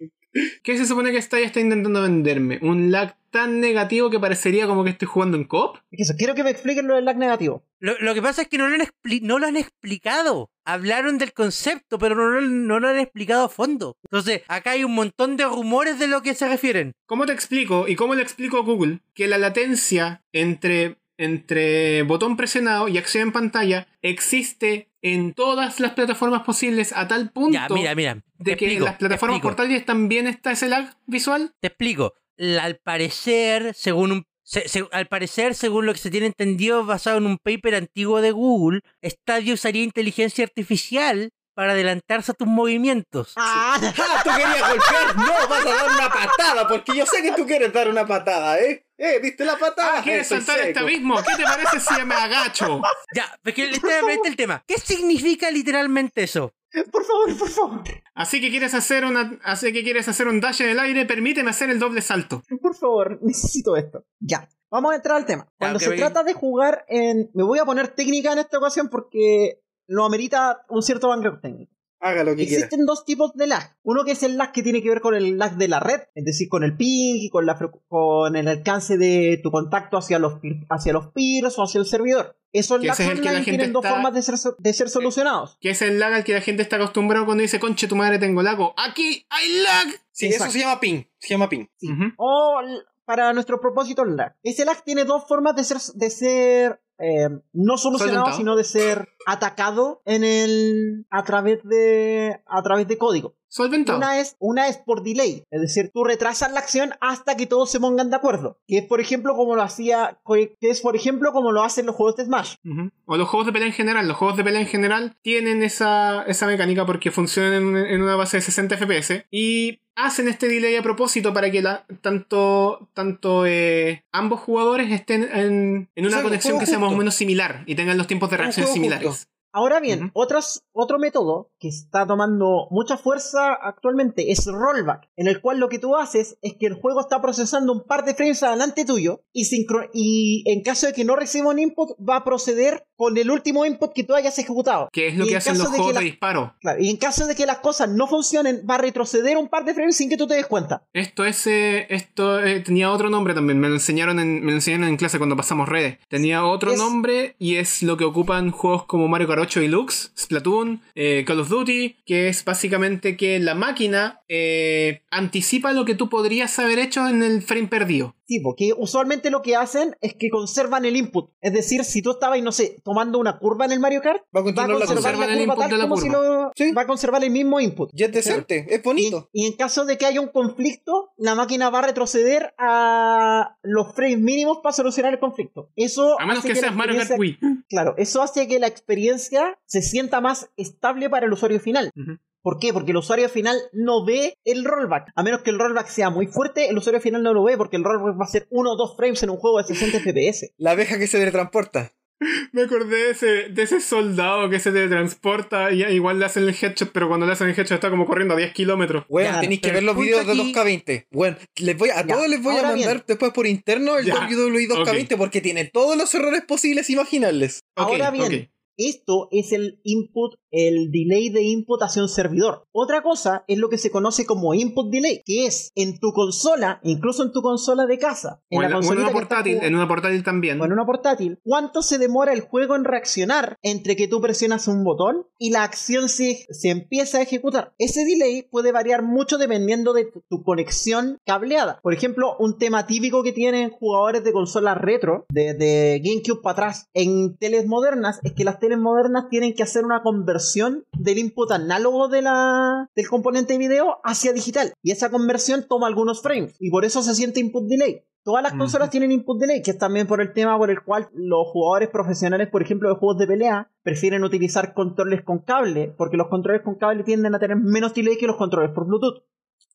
S1: ¿Qué se supone que Stadia está intentando venderme? ¿Un lag tan negativo que parecería como que estoy jugando en cop?
S4: Es que eso, quiero que me expliquen lo del lag negativo.
S2: Lo, lo que pasa es que no lo, han expli- no lo han explicado. Hablaron del concepto, pero no, lo- no lo han explicado a fondo. Entonces, acá hay un montón de rumores de lo que se refieren.
S1: ¿Cómo te explico y cómo le explico a Google que la latencia entre, entre botón presionado y acción en pantalla existe en todas las plataformas posibles a tal punto
S2: Ya, mira, mira.
S1: de
S2: te
S1: que en
S2: explico,
S1: las plataformas
S2: te explico.
S1: portátiles también está ese lag visual?
S2: Te explico. La- al parecer, según un se- se- al parecer, según lo que se tiene entendido basado en un paper antiguo de Google, Stadia usaría inteligencia artificial para adelantarse a tus movimientos.
S4: Ah,
S5: [laughs] ¡Ah, tú querías golpear! ¡No, vas a dar una patada! Porque yo sé que tú quieres dar una patada, ¿eh? ¡Eh, viste la patada!
S1: Ah, ¿Quieres
S5: Estoy
S1: saltar este
S5: seco.
S1: abismo? ¿Qué te parece si me agacho?
S2: Ya, porque le estoy abriendo este el tema. ¿Qué significa literalmente eso?
S4: [laughs] por favor, por favor,
S1: Así que quieres hacer una, así que quieres hacer un dash en el aire, permíteme hacer el doble salto.
S4: por favor, [laughs] necesito esto. Ya. Vamos a entrar al
S1: Ah,
S4: tema. Cuando
S2: ok,
S4: se
S2: bien.
S4: trata de jugar en... Me voy a poner técnica en esta ocasión porque lo amerita un cierto background técnico.
S5: Haga lo que quiera.
S4: Existen dos tipos de lag. Uno que es el lag que tiene que ver con el lag de la red, es decir, con el ping y con, la, frecu- con el alcance de tu contacto hacia los, peer- hacia los peers o hacia el servidor. Esos
S1: Que
S4: lags
S1: ese es el que la
S4: online
S1: gente
S4: tienen dos
S1: está- eh,
S4: formas de ser, so- de ser solucionados.
S1: Que es el lag al que la gente está acostumbrada cuando dice, conche tu madre tengo lago. ¡Aquí hay lag!
S5: Sí,
S4: Exacto.
S5: eso se llama ping. Se llama ping.
S1: Ujú.
S4: O l- para nuestro propósito el lag. Ese lag tiene dos formas de ser, de ser eh, no solucionado,
S1: Solventado.
S4: sino de ser atacado en el a través de a través de código.
S1: Solventado.
S4: Una es, una es por delay, es decir, tú retrasas la acción hasta que todos se pongan de acuerdo. Que es, por ejemplo, como lo hacía, que es, por ejemplo, como lo hacen los juegos de Smash.
S1: Ujú. O los juegos de pelea en general. Los juegos de pelea en general tienen esa, esa mecánica porque funcionan en, en una base de 60 FPS y hacen este delay a propósito para que la- tanto, tanto eh, ambos jugadores estén en, en una
S3: sea, un
S1: conexión
S3: juego
S1: que sea más o
S3: justo.
S1: menos similar y tengan los tiempos de
S3: Un
S1: reacción
S3: juego
S1: similares.
S3: justo.
S4: Ahora bien,
S1: Ujú.
S4: otras- otro método que está tomando mucha fuerza actualmente es rollback, en el cual lo que tú haces es que el juego está procesando un par de frames adelante tuyo y, sincro- y en caso de que no reciba un input va a proceder con el último input que tú hayas ejecutado.
S1: Que es lo
S4: Y
S1: que
S4: en
S1: hacen los
S4: caso de que
S1: juegos
S4: la-
S1: de disparo.
S4: Claro, y en caso de que las cosas no funcionen, va a retroceder un par de frames sin que tú te des cuenta.
S1: Esto es. eh, esto eh, tenía otro nombre también. Me lo enseñaron en, me lo enseñaron en clase cuando pasamos redes. Tenía otro
S4: Es-
S1: nombre y es lo que ocupan juegos como Mario Kart 8 y Lux, Splatoon, eh, Call of Duty, que es básicamente que la máquina eh, anticipa lo que tú podrías haber hecho en el frame perdido.
S4: Sí, porque usualmente lo que hacen es que conservan el input. Es decir, si tú estabas, no sé, tomando una curva en el Mario Kart,
S3: Va a
S4: va a
S3: continuar la
S4: conservar
S3: conserva.
S1: conservan
S4: la
S1: el
S4: curva
S1: input
S4: tal
S1: de la
S4: como si lo...
S3: Sí.
S4: Va a conservar el mismo input.
S3: Ya es decente, es bonito.
S4: Y, y en caso de que haya un conflicto, la máquina va a retroceder a los frames mínimos para solucionar el conflicto. Eso
S1: A menos
S4: hace
S1: que
S4: la
S1: seas Mario Kart
S4: experiencia-
S1: Wii.
S4: Claro, eso hace que la experiencia se sienta más estable para el usuario final.
S1: Ujú.
S4: ¿Por qué? Porque el usuario final no ve el rollback. A menos que el rollback sea muy fuerte, el usuario final no lo ve porque el rollback va a ser uno o dos frames en un juego de 60 FPS.
S3: La abeja que se teletransporta.
S1: [laughs] Me acordé de ese, de ese soldado que se teletransporta y igual le hacen el headshot, pero cuando le hacen el headshot está como corriendo a 10 kilómetros.
S3: Bueno,
S4: Claro,
S3: tenéis que
S2: pero
S3: ver
S2: el
S3: los
S2: punto
S3: videos de
S2: aquí-
S3: 2K20. Bueno, les voy a, a
S4: Ya,
S3: todos les voy a
S4: ahora
S3: mandar
S4: bien.
S3: después por interno el
S1: Ya,
S3: WWE 2K20 porque tiene todos los errores posibles e imaginables.
S1: Ok,
S4: Ahora bien,
S1: ok.
S4: Esto es el input, el delay de input hacia un servidor. Otra cosa es lo que se conoce como input delay, que es en tu consola, incluso en tu consola de casa, en
S1: O
S4: la
S1: en, la- o en
S4: consolita
S1: una
S4: que estás
S1: portátil,
S4: jugando-
S1: en una portátil también.
S4: o en una portátil, ¿cuánto se demora el juego en reaccionar entre que tú presionas un botón y la acción se, se empieza a ejecutar? Ese delay puede variar mucho dependiendo de tu, tu conexión cableada. Por ejemplo, un tema típico que tienen jugadores de consolas retro, de, de GameCube para atrás, en teles modernas, es que las teles modernas tienen que hacer una conversión del input análogo de la, del componente video hacia digital. Y esa conversión toma algunos frames. Y por eso se siente input delay. Todas las
S1: Ujú.
S4: consolas tienen input delay, que es también por el tema por el cual los jugadores profesionales, por ejemplo, de juegos de pelea, prefieren utilizar controles con cable, porque los controles con cable tienden a tener menos delay que los controles por Bluetooth.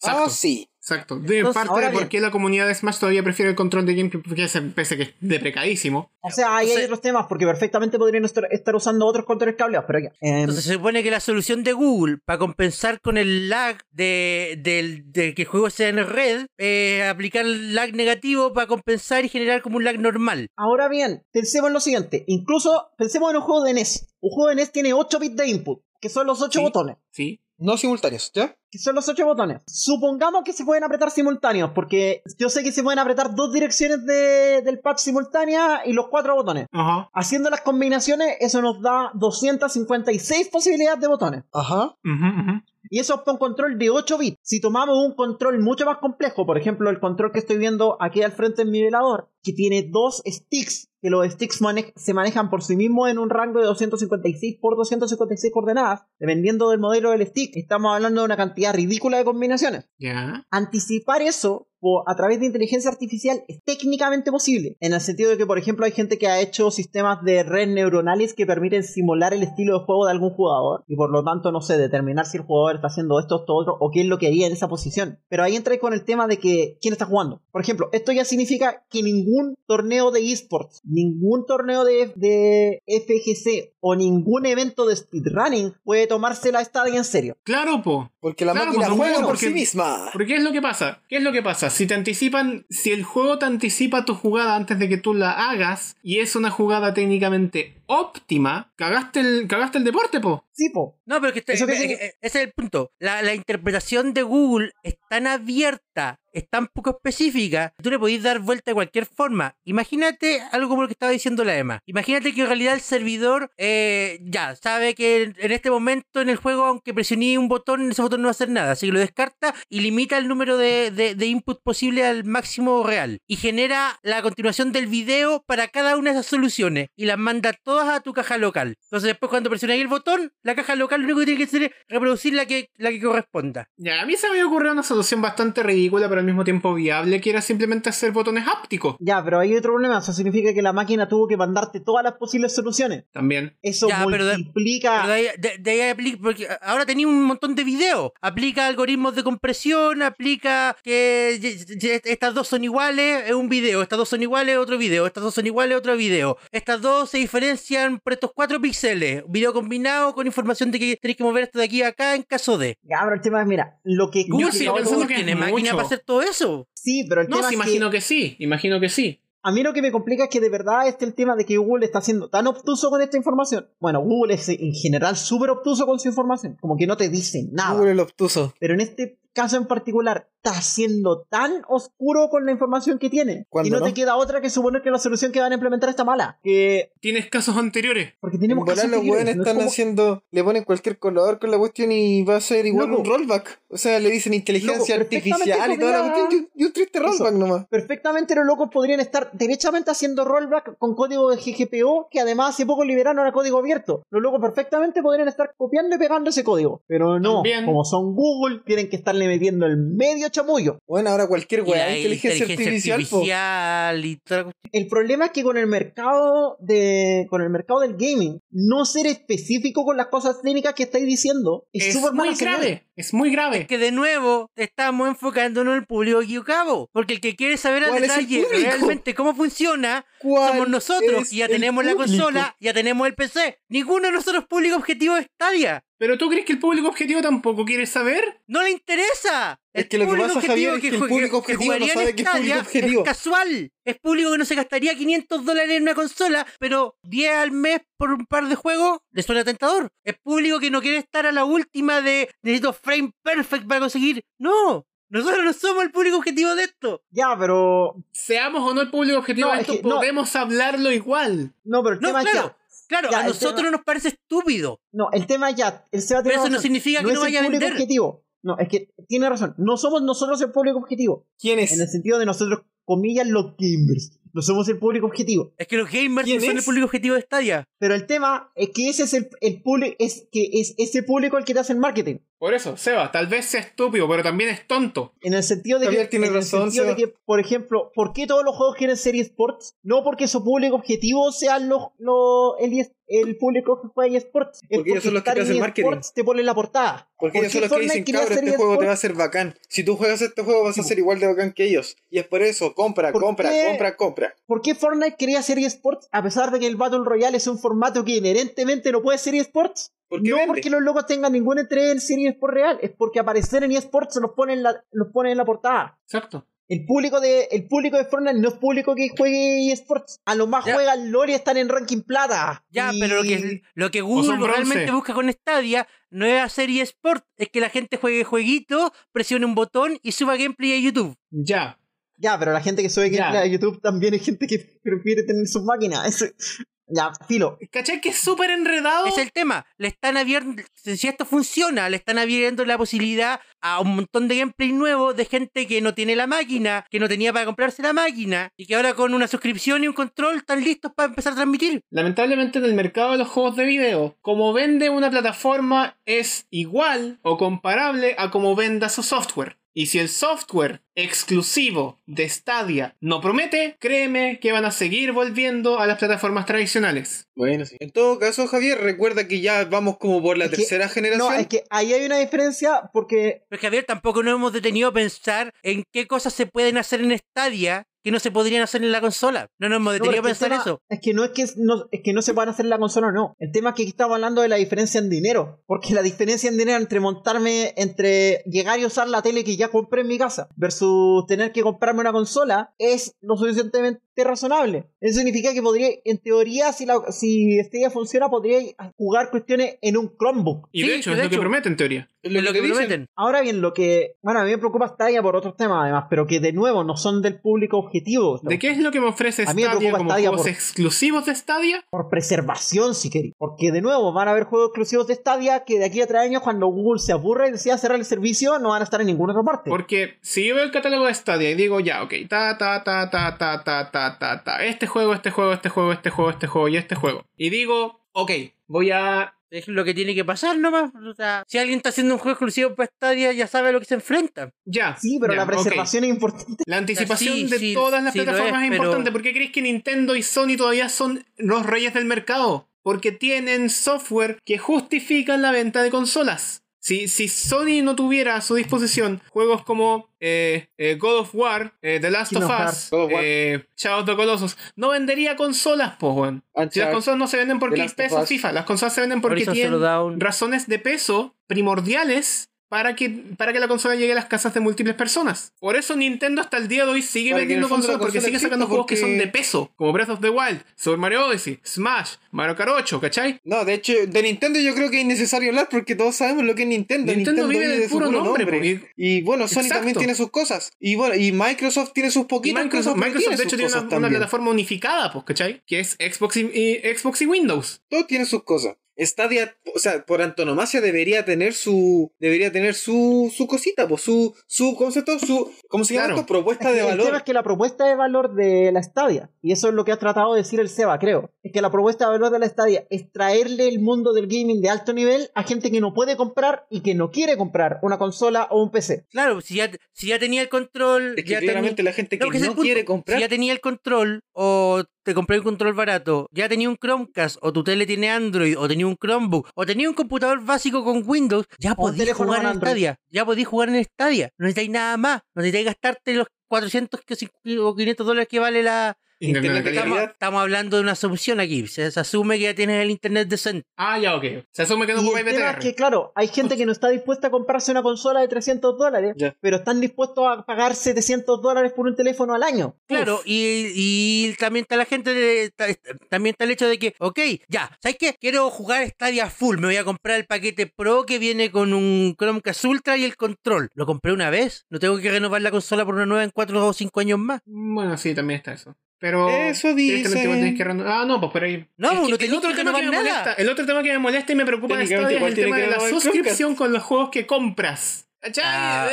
S1: Exacto.
S3: Ah, sí.
S1: Exacto. De
S2: Entonces,
S1: parte
S4: ahora
S1: de por
S4: bien.
S1: qué la comunidad de Smash todavía prefiere el control de GameCube, porque ese- pese que es deprecadísimo.
S4: O sea, ahí
S2: Entonces-
S4: hay otros temas, porque perfectamente podrían estar, estar usando otros controles cableados, pero ya. Em,
S2: Entonces se supone que la solución de Google para compensar con el lag de, del- de que el juego sea en red, eh, aplicar el lag negativo para compensar y generar como un lag normal.
S4: Ahora bien, pensemos en lo siguiente. Incluso pensemos en un juego de NES. Un juego de NES tiene 8 bits de input, que son los 8
S1: Sí.
S4: botones.
S1: Sí.
S3: No simultáneos, ¿ya?
S4: Que son los 8 botones. Supongamos que se pueden apretar simultáneos, porque yo sé que se pueden apretar dos direcciones de- del patch simultánea y los cuatro botones.
S1: Ajá.
S4: Haciendo las combinaciones, eso nos da 256 posibilidades de botones.
S3: Ajá.
S1: Ujú, ujú.
S4: Y eso es con control de 8 bits. Si tomamos un control mucho más complejo, por ejemplo, el control que estoy viendo aquí al frente en mi velador, que tiene dos sticks, que los sticks mane- se manejan por sí mismos en un rango de 256 por 256 coordenadas, dependiendo del modelo del stick, estamos hablando de una cantidad ridícula de combinaciones
S1: Ya.
S4: anticipar eso po- a través de inteligencia artificial es técnicamente posible, en el sentido de que, por ejemplo, hay gente que ha hecho sistemas de redes neuronales que permiten simular el estilo de juego de algún jugador y por lo tanto, no sé, determinar si el jugador está haciendo esto, esto, otro o qué es lo que haría en esa posición. Pero ahí entra con el tema de que quién está jugando. Por ejemplo, esto ya significa que ningún torneo de esports, ningún torneo de, de FGC o ningún evento de speedrunning puede tomarse la estadia en serio.
S1: Claro, po.
S3: Porque la
S1: Claro,
S3: máquina
S1: pues,
S3: juega
S1: bueno,
S3: por
S1: porque-
S3: sí misma.
S1: Porque ¿qué es lo que pasa? ¿Qué es lo que pasa? Si te anticipan, si el juego te anticipa tu jugada antes de que tú la hagas y es una jugada técnicamente óptima, cagaste el, cagaste el deporte, po.
S4: Sí, po.
S2: No, pero que este-
S4: ¿Eso qué
S2: eh,
S4: significa?
S2: eh, ese es el punto. La, la interpretación de Google es tan abierta, es tan poco específica, que tú le podés dar vuelta de cualquier forma. Imagínate algo como lo que estaba diciendo la Emma. Imagínate que en realidad el servidor eh, ya sabe que en, en este momento en el juego, aunque presioné un botón, ese botón no va a hacer nada. Así que lo descarta y limita el número de, de- de input posible al máximo real. Y genera la continuación del video para cada una de esas soluciones. Y las manda todas todas a tu caja local. Entonces después cuando presionáis el botón, la caja local lo único que tiene que hacer es reproducir la que, la que corresponda.
S1: Ya, a mí se me ocurrió una solución bastante ridícula, pero al mismo tiempo viable, que era simplemente hacer botones hápticos.
S4: Ya, pero hay otro problema. Eso significa que la máquina tuvo que mandarte todas las posibles soluciones.
S1: También.
S4: Eso
S2: Ya, pero de-
S4: multiplica.
S2: Pero de ahí- de- de ahí apli- porque ahora tenía un montón de videos. Aplica algoritmos de compresión, aplica que ye- ye- estas dos son iguales, es un video, estas dos son iguales, otro video, estas dos son iguales, otro video. Estas dos se diferencian por estos cuatro píxeles. Video combinado con información de que tenéis que mover esto de aquí a acá en caso de.
S4: Ya, pero el tema es, mira, lo que
S1: Yo
S2: Google,
S1: sigo
S4: complicó-
S1: pensando que es
S2: tiene máquina
S1: mucho.
S2: para hacer todo eso.
S4: Sí, pero el
S1: No,
S4: tema
S1: sí,
S4: es que-
S1: imagino que sí, imagino que sí.
S4: A mí lo que me complica es que de verdad este el tema de que Google está siendo tan obtuso con esta información. Bueno, Google es en general súper obtuso con su información, como que no te dice nada.
S5: Google el obtuso.
S4: Pero en este caso en particular está siendo tan oscuro con la información que tiene.
S5: ¿Cuándo
S4: Y no,
S5: no?
S4: te queda otra que suponer que la solución que van a implementar está mala. Que
S1: Tienes casos anteriores.
S4: porque
S3: En
S4: tenemos
S3: volar
S4: casos
S3: los
S4: anteriores,
S3: weones
S4: no es
S3: están
S4: como-
S3: haciendo. Le ponen cualquier color con la cuestión y va a ser igual
S4: Loco.
S3: un rollback. O sea, le dicen inteligencia
S4: Loco,
S3: artificial y
S4: perfectamente
S3: toda la
S4: podría-
S3: cuestión. Y un- Y un triste
S4: Eso.
S3: rollback nomás.
S4: Perfectamente los locos podrían estar derechamente haciendo rollback con código de GGPO, que además hace poco liberaron a código abierto. Los locos perfectamente podrían estar copiando y pegando ese código. Pero no,
S1: También.
S4: como son Google, tienen que estarle metiendo el medio chamullo.
S3: Bueno, ahora cualquier
S2: Y
S3: weá,
S2: la
S3: inteligencia, artificial, po.
S2: artificial y toda la cuestión.
S4: El problema es que con el mercado de con el mercado del gaming, no ser específico con las cosas técnicas que estáis diciendo es
S1: Es
S4: súper mala
S1: muy
S4: señal.
S1: grave, es muy grave.
S2: Que de nuevo estamos enfocándonos en el público equivocado. Porque el que quiere saber al
S3: ¿Cuál es el
S2: detalle
S3: público?
S2: realmente cómo funciona
S3: ¿Cuál
S2: somos nosotros
S3: es
S2: y ya
S3: el
S2: tenemos la
S3: público?
S2: consola, ya tenemos el PC. Ninguno de nosotros público objetivo es Stadia.
S1: Pero tú crees que el público objetivo tampoco quiere saber?
S2: No le interesa.
S3: Es que lo que
S2: público
S3: pasa, Javier,
S2: objetivo
S3: es que el
S2: ju-
S3: público objetivo no
S2: jugaría en
S3: sabe que es público
S2: Stadia
S3: objetivo.
S2: Es casual. Es público que no se gastaría 500 dólares en una consola, pero 10 al mes por un par de juegos le suena tentador. Es público que no quiere estar a la última de necesito frame perfect para conseguir. No. Nosotros no somos el público objetivo de esto.
S4: Ya, pero
S1: Seamos o no el público objetivo,
S4: No,
S1: de
S4: es
S1: esto
S4: que- no.
S1: podemos hablarlo igual.
S4: no, pero el
S2: No,
S4: tema es
S2: claro.
S4: ya,
S2: Claro,
S4: Ya,
S2: a
S4: el
S2: nosotros
S4: tema-
S2: nos parece estúpido.
S4: no, el tema es ya, el Seba tiene
S2: Pero eso no
S4: razón.
S2: significa que no,
S4: es el
S2: vaya a
S4: público
S2: vender.
S4: objetivo. No, es que tiene razón. No somos nosotros el público objetivo.
S3: ¿Quién es?
S4: En el sentido de nosotros, comillas, los gamers. No somos el público objetivo.
S2: Es que los gamers
S3: ¿Quién
S2: no son
S3: es?
S2: el público objetivo de Stadia.
S4: Pero el tema es que ese es el, el público, es que es ese público el que te hace el marketing.
S1: Por eso, Seba, tal vez sea estúpido, pero también es tonto.
S4: En el sentido de, que,
S3: Javier tiene
S4: en el
S3: razón,
S4: sentido de
S3: Seba.
S4: que, por ejemplo, ¿por qué todos los juegos quieren ser eSports? No porque su público objetivo sean los, los- el, eS- el público que juega eSports. Es
S3: Porque ellos son los que
S4: estar
S3: te hacen
S4: en
S3: marketing.
S4: eSports te ponen la portada.
S3: Porque
S4: ¿Por
S3: ellos son
S4: qué
S3: los que
S4: Fortnite
S3: dicen,
S4: quería
S3: cabrón,
S4: hacer
S3: este juego te va a
S4: eSports?
S3: ser bacán. Si tú juegas este juego vas a ser igual de bacán que ellos. Y es por eso, compra,
S4: ¿Por
S3: compra,
S4: qué?
S3: compra, compra.
S4: ¿Por qué Fortnite quería ser eSports a pesar de que el Battle Royale es un formato que inherentemente no puede ser eSports?
S3: ¿Por qué
S4: no
S3: vende?
S4: porque los locos tengan ningún interés en ser eSports real, es porque aparecer en eSports los ponen en la, los ponen en la portada.
S1: Exacto.
S4: El público de el público de Fortnite no es público que juegue eSports. A lo más
S2: Ya.
S4: juegan LoL y están en ranking plata.
S2: Ya,
S4: Y-
S2: pero lo que, lo que
S1: son
S2: Google
S1: bronce.
S2: realmente busca con Stadia no es hacer eSport, es que la gente juegue jueguito, presione un botón y suba gameplay a YouTube.
S1: Ya.
S4: Ya, pero la gente que sube
S1: Ya.
S4: gameplay a YouTube también es gente que prefiere tener sus máquinas. Eso- [laughs] Ya, filo.
S1: ¿Cachai que es súper
S3: Oh.
S1: enredado?
S2: Es el tema, le están abriendo, si esto funciona, le están abriendo la posibilidad a un montón de gameplay nuevo de gente que no tiene la máquina, que no tenía para comprarse la máquina, y que ahora con una suscripción y un control están listos para empezar a transmitir.
S1: Lamentablemente en el mercado de los juegos de video, como vende una plataforma es igual o comparable a como venda su software. Y si el software exclusivo de Stadia no promete, créeme que van a seguir volviendo a las plataformas tradicionales.
S3: Bueno, sí. En todo caso, Javier, recuerda que ya vamos como por la
S4: Es que-
S3: tercera generación.
S4: No, es que ahí hay una diferencia porque
S2: Pero Javier, tampoco nos hemos detenido a pensar en qué cosas se pueden hacer en Stadia que no se podrían hacer en la consola. No nos hemos
S4: No,
S2: detenido
S4: pero
S2: a
S4: es que el
S2: pensar
S4: tema-
S2: eso.
S4: Es que no es que no, es que no se puedan hacer la consola o no. El tema es que aquí estamos hablando de la diferencia en dinero. Porque la diferencia en dinero entre montarme, entre llegar y usar la tele que ya compré en mi casa versus tener que comprarme una consola es lo suficientemente razonable. Eso significa que podría, en teoría, si, la, si Stadia funciona, podría jugar cuestiones en un Chromebook.
S1: Y
S2: Sí,
S1: de hecho,
S2: de
S1: es lo que
S2: hecho.
S1: promete en teoría.
S3: Es
S2: Es lo
S3: te
S2: que
S3: dicen.
S2: prometen.
S4: Ahora bien, lo que. Bueno, a mí me preocupa Stadia por otros temas además, pero que de nuevo no son del público objetivo.
S1: ¿De qué es lo que me ofrece
S4: A mí me
S1: Stadia
S4: preocupa
S1: como
S4: Stadia
S1: juegos
S4: por-
S1: exclusivos de Stadia?
S4: por preservación, si queréis. Porque de nuevo van a haber juegos exclusivos de Stadia que de aquí a tres años, cuando Google se aburra y decida cerrar el servicio, no van a estar en ninguna otra parte.
S1: Porque si yo veo el catálogo de Stadia y digo, ya, ok, ta, ta, ta, ta, ta, ta, ta, ta, ta, ta. Este juego, este juego, este juego, este juego, este juego y este juego. Y digo, ok, voy a...
S2: Es lo que tiene que pasar nomás. O sea, si alguien está haciendo un juego exclusivo para Stadia, ya sabe a lo que se enfrenta.
S1: Ya.
S4: Sí, pero
S1: ya,
S4: la
S1: ok.
S4: preservación es importante.
S1: La anticipación
S2: Sí,
S1: de
S2: sí,
S1: todas las
S2: sí lo
S1: plataformas
S2: es,
S1: es,
S2: pero-
S1: importante. ¿Por qué crees que Nintendo y Sony todavía son los reyes del mercado? Porque tienen software que justifica la venta de consolas. Si, si Sony no tuviera a su disposición juegos como eh, eh, God of War, eh, The Last
S4: Kingdom
S1: of
S4: Hearts,
S1: Us,
S3: God of War.
S1: eh, Shadow of the Colossus, no vendería consolas, po, weón. Si las
S3: Uncharted,
S1: consolas no se venden
S3: The
S1: porque
S3: Last of
S1: peso
S3: Us.
S1: FIFA, las consolas se venden porque
S2: Horizon
S1: tienen
S2: Zero Dawn.
S1: razones de peso primordiales para que, para que la consola llegue a las casas de múltiples personas. Por eso Nintendo hasta el día de hoy sigue
S3: Para que en
S1: vendiendo
S3: el fondo la
S1: consolas porque
S3: consola
S1: sigue sacando
S3: exista,
S1: juegos que son
S3: porque-
S1: de peso, como Breath of the Wild, Super Mario Odyssey, Smash, Mario Kart 8, ¿cachai?
S3: No, de hecho, de Nintendo yo creo que es innecesario hablar porque todos sabemos lo que es Nintendo.
S1: Nintendo vive del
S3: de su
S1: puro nombre, po,
S3: Y bueno, Sony
S1: Exacto.
S3: también tiene sus cosas. Y bueno, y Microsoft tiene sus
S1: Y
S3: poquitas cosas.
S1: Microsoft,
S3: pero
S1: Microsoft, de
S3: sus
S1: hecho tiene una,
S3: cosas
S1: una
S3: también.
S1: plataforma unificada, pues, ¿cachai? Que es Xbox y, y- Xbox y Windows.
S3: Todo tiene sus cosas. Stadia, o sea, por antonomasia debería tener su debería tener su, su cosita, pues su su concepto, su ¿cómo se llama
S1: Claro.
S3: esto? propuesta de
S4: El tema
S3: valor.
S4: es que la propuesta de valor de la Stadia, y eso es lo que ha tratado de decir el Seba, creo, es que la propuesta de valor de la Stadia es traerle el mundo del gaming de alto nivel a gente que no puede comprar y que no quiere comprar una consola o un PC.
S2: Claro, si ya, si ya tenía el control,
S3: Es que
S2: ya
S3: claramente la gente que
S2: No, que es el
S3: no
S2: punto.
S3: quiere
S2: Si
S3: comprar
S2: ya tenía el control, o te compré un control barato, ya tenía un Chromecast, o tu tele tiene Android, o tenía un Chromebook, o tenía un computador básico con Windows, ya
S4: O un
S2: podías
S4: teléfono
S2: jugar
S4: con
S2: en
S4: Android.
S2: Stadia. Ya podías jugar en Stadia. No necesitáis nada más. No necesitáis gastarte los 400 que- o 500 dólares que vale la...
S3: Internet de
S1: calidad.
S2: Estamos,
S3: calidad.
S2: estamos hablando de una solución aquí. Se, se asume que ya tienes el internet decente.
S1: Ah, ya, ok. Se asume que no
S4: y
S1: ocupáis
S4: el tema es
S1: BTR.
S4: que, claro, hay gente que no está dispuesta a comprarse una consola de 300 dólares,
S3: Ya.
S4: pero están dispuestos a pagar 700 dólares por un teléfono al año.
S2: Claro, y, y también está la gente, de- ta- también está el hecho de que, ok, ya, ¿sabes qué? Quiero jugar Stadia Full, me voy a comprar el paquete Pro que viene con un Chromecast Ultra y el control. Lo compré una vez, no tengo que renovar la consola por una nueva en 4 o 5 años más.
S1: Bueno, sí, también está eso. Pero.
S3: Eso
S1: directamente
S3: dicen.
S1: igual tenés que reno- Ah, no, pues por ahí.
S2: No,
S1: Es
S2: no
S1: que
S2: tenés que renovar
S1: me
S2: nada.
S1: molesta, el otro tema que me molesta y me preocupa de Stadia
S3: Técnicamente
S1: es
S3: igual
S1: el
S3: tiene
S1: tema
S3: que
S1: de la
S3: renovar el
S1: suscripción con los juegos que compras. ¿Cachai?
S2: Ah.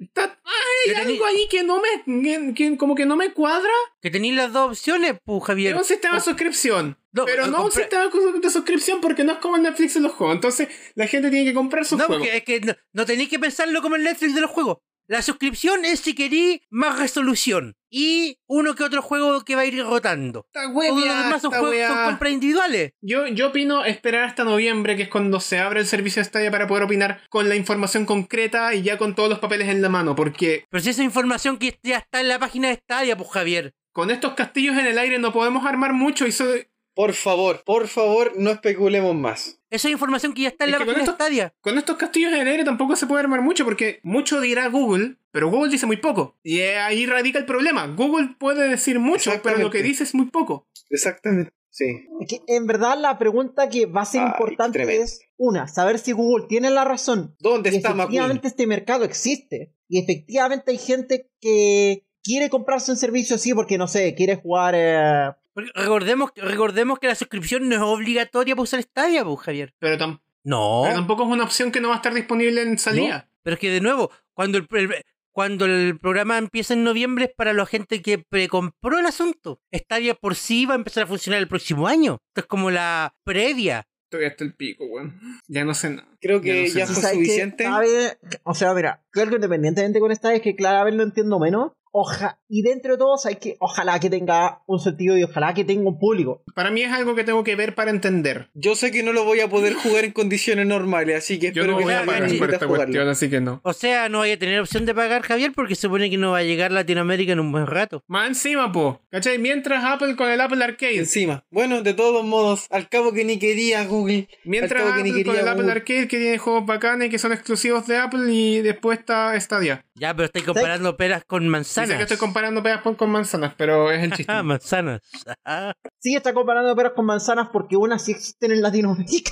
S1: Eh, ta-
S2: Que
S1: hay
S2: tení-
S1: algo ahí que no me. que- que como que no me cuadra.
S2: Que tenéis las dos opciones, pues,
S1: Es
S2: Javier.
S1: un sistema de suscripción.
S2: No,
S1: pero
S2: eh,
S1: no un
S2: compré-
S1: sistema de suscripción porque no es como en Netflix en los juegos. Entonces la gente tiene que comprar sus
S2: No,
S1: juegos.
S2: porque es que no, no tenéis que pensarlo como el Netflix de los juegos. La suscripción es si queréis más resolución y uno que otro juego que va a ir rotando.
S1: Esta
S2: Todos los
S1: wea,
S2: demás son
S1: esta
S2: juegos, son
S1: wea.
S2: compras individuales.
S1: Yo, yo opino esperar hasta noviembre, que es cuando se abre el servicio de Stadia para poder opinar con la información concreta y ya con todos los papeles en la mano, porque
S2: Pero si esa información que ya está en la página de Stadia, pues Javier.
S1: con estos castillos en el aire no podemos armar mucho y so-
S3: Por favor, por favor, no especulemos más.
S2: Esa información que ya está en
S1: Es
S2: la
S1: que con
S2: página de
S1: esto-
S2: Stadia.
S1: con estos castillos en el aire tampoco se puede armar mucho porque mucho dirá Google, pero Google dice muy poco. Y ahí radica el problema. Google puede decir mucho, pero lo que
S3: Exactamente.
S1: dice es muy poco.
S3: Exactamente. Sí.
S4: Es que, en verdad, la pregunta que va a ser
S3: Ay,
S4: importante
S3: tremendo.
S4: es, una, saber si Google tiene la razón
S3: ¿Dónde
S4: Y
S3: está McQueen?
S4: efectivamente este mercado existe. Y efectivamente hay gente que quiere comprarse un servicio así porque, no sé, quiere jugar... eh,
S2: Porque recordemos, recordemos que la suscripción no es obligatoria para usar Stadia, pues Javier.
S1: Pero, tam-
S2: No.
S1: pero tampoco es una opción que no va a estar disponible en salida.
S2: Pero es que de nuevo, cuando el, el- cuando el programa empieza en noviembre es para la gente que precompró el asunto. Stadia por sí va a empezar a funcionar el próximo año. Esto es como la previa.
S1: Estoy hasta el pico, weón. Ya no sé nada.
S3: Creo
S1: Ya
S3: que
S1: no sé
S3: ya
S1: nada.
S3: fue
S4: ¿sabes qué?
S3: suficiente.
S4: Cada vez- o sea, mira, creo que independientemente con esta es que cada vez lo entiendo menos. Oja, y dentro de todos hay que, ojalá que tenga un sentido y ojalá que tenga un público.
S1: Para mí es algo que tengo que ver para entender.
S3: Yo sé que no lo voy a poder jugar en condiciones normales, así que
S1: Yo
S3: espero
S1: no
S3: que
S1: voy a
S3: nadie me
S1: pagar
S2: sí,
S1: por
S3: invite a
S1: esta
S3: jugarlo.
S1: cuestión, así que no.
S2: O sea, no vaya a tener opción de pagar, Javier, porque se supone que no va a llegar a Latinoamérica en un buen rato.
S1: Más encima, po. ¿Cachai? Mientras Apple con el Apple Arcade.
S3: Encima. Bueno, de todos modos, al cabo que ni quería Google.
S1: Mientras
S3: al cabo que
S1: Apple con
S3: ni quería
S1: el Apple
S3: Google.
S1: Arcade que tiene juegos bacanes que son exclusivos de Apple y después está Stadia.
S2: Ya, pero estáis comparando peras con
S1: Dice
S2: manzanas.
S1: que estoy comparando pedas con- con manzanas, pero es el chiste. [laughs]
S2: [laughs] Ah, manzanas. Ah.
S4: Sí, está comparando peras con manzanas porque unas sí existen en
S3: [laughs]
S4: Latinoamérica.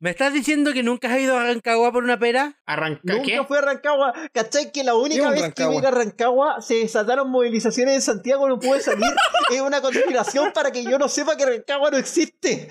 S2: ¿Me estás diciendo que nunca has ido a Rancagua por una pera?
S1: Arranca. ¿Qué?
S4: Nunca fue a Rancagua. ¿Cachai? Que la única
S3: un
S4: vez que
S3: Rancagua?
S4: vine a Rancagua se desataron movilizaciones en Santiago,
S3: [laughs]
S4: no pude salir. es una conspiración para que yo no sepa que Rancagua no existe.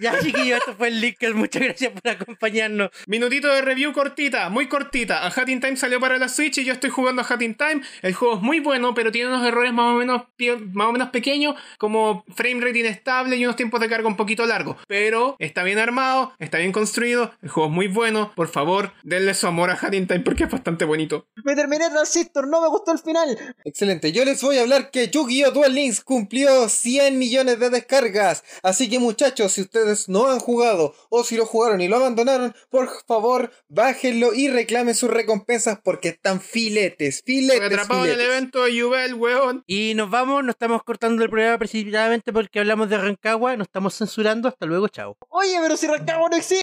S2: Ya, chiquillos, esto fue el Lickers. Muchas gracias por acompañarnos.
S1: Minutito de review cortita, muy cortita. A Hat in Time salió para la Switch y yo estoy jugando a Hat in Time. El juego es muy bueno, pero tiene unos errores más o menos, pie- más o menos pequeños, como frame rate inestable y unos tiempos de carga un poquito largos. Pero está bien armado, está bien construido, el juego es muy bueno. Por favor, denle su amor a Hat in Time porque es bastante bonito.
S4: Me terminé Transistor, no me gustó el final.
S3: Excelente, yo les voy a hablar que Yu-Gi-Oh! Duel Links cumplió 100 millones de descargas. Así que muchachos, si ustedes no han jugado o si lo jugaron y lo abandonaron, por favor, bájenlo y reclamen sus recompensas porque están filetes, filetes.
S1: Atrapado en el
S3: filetes.
S1: evento de Yubel, weón.
S2: Y nos vamos, nos estamos cortando el programa precipitadamente porque hablamos de Rancagua, nos estamos censurando. Hasta luego, chao.
S4: Oye, pero si Rancagua no existe.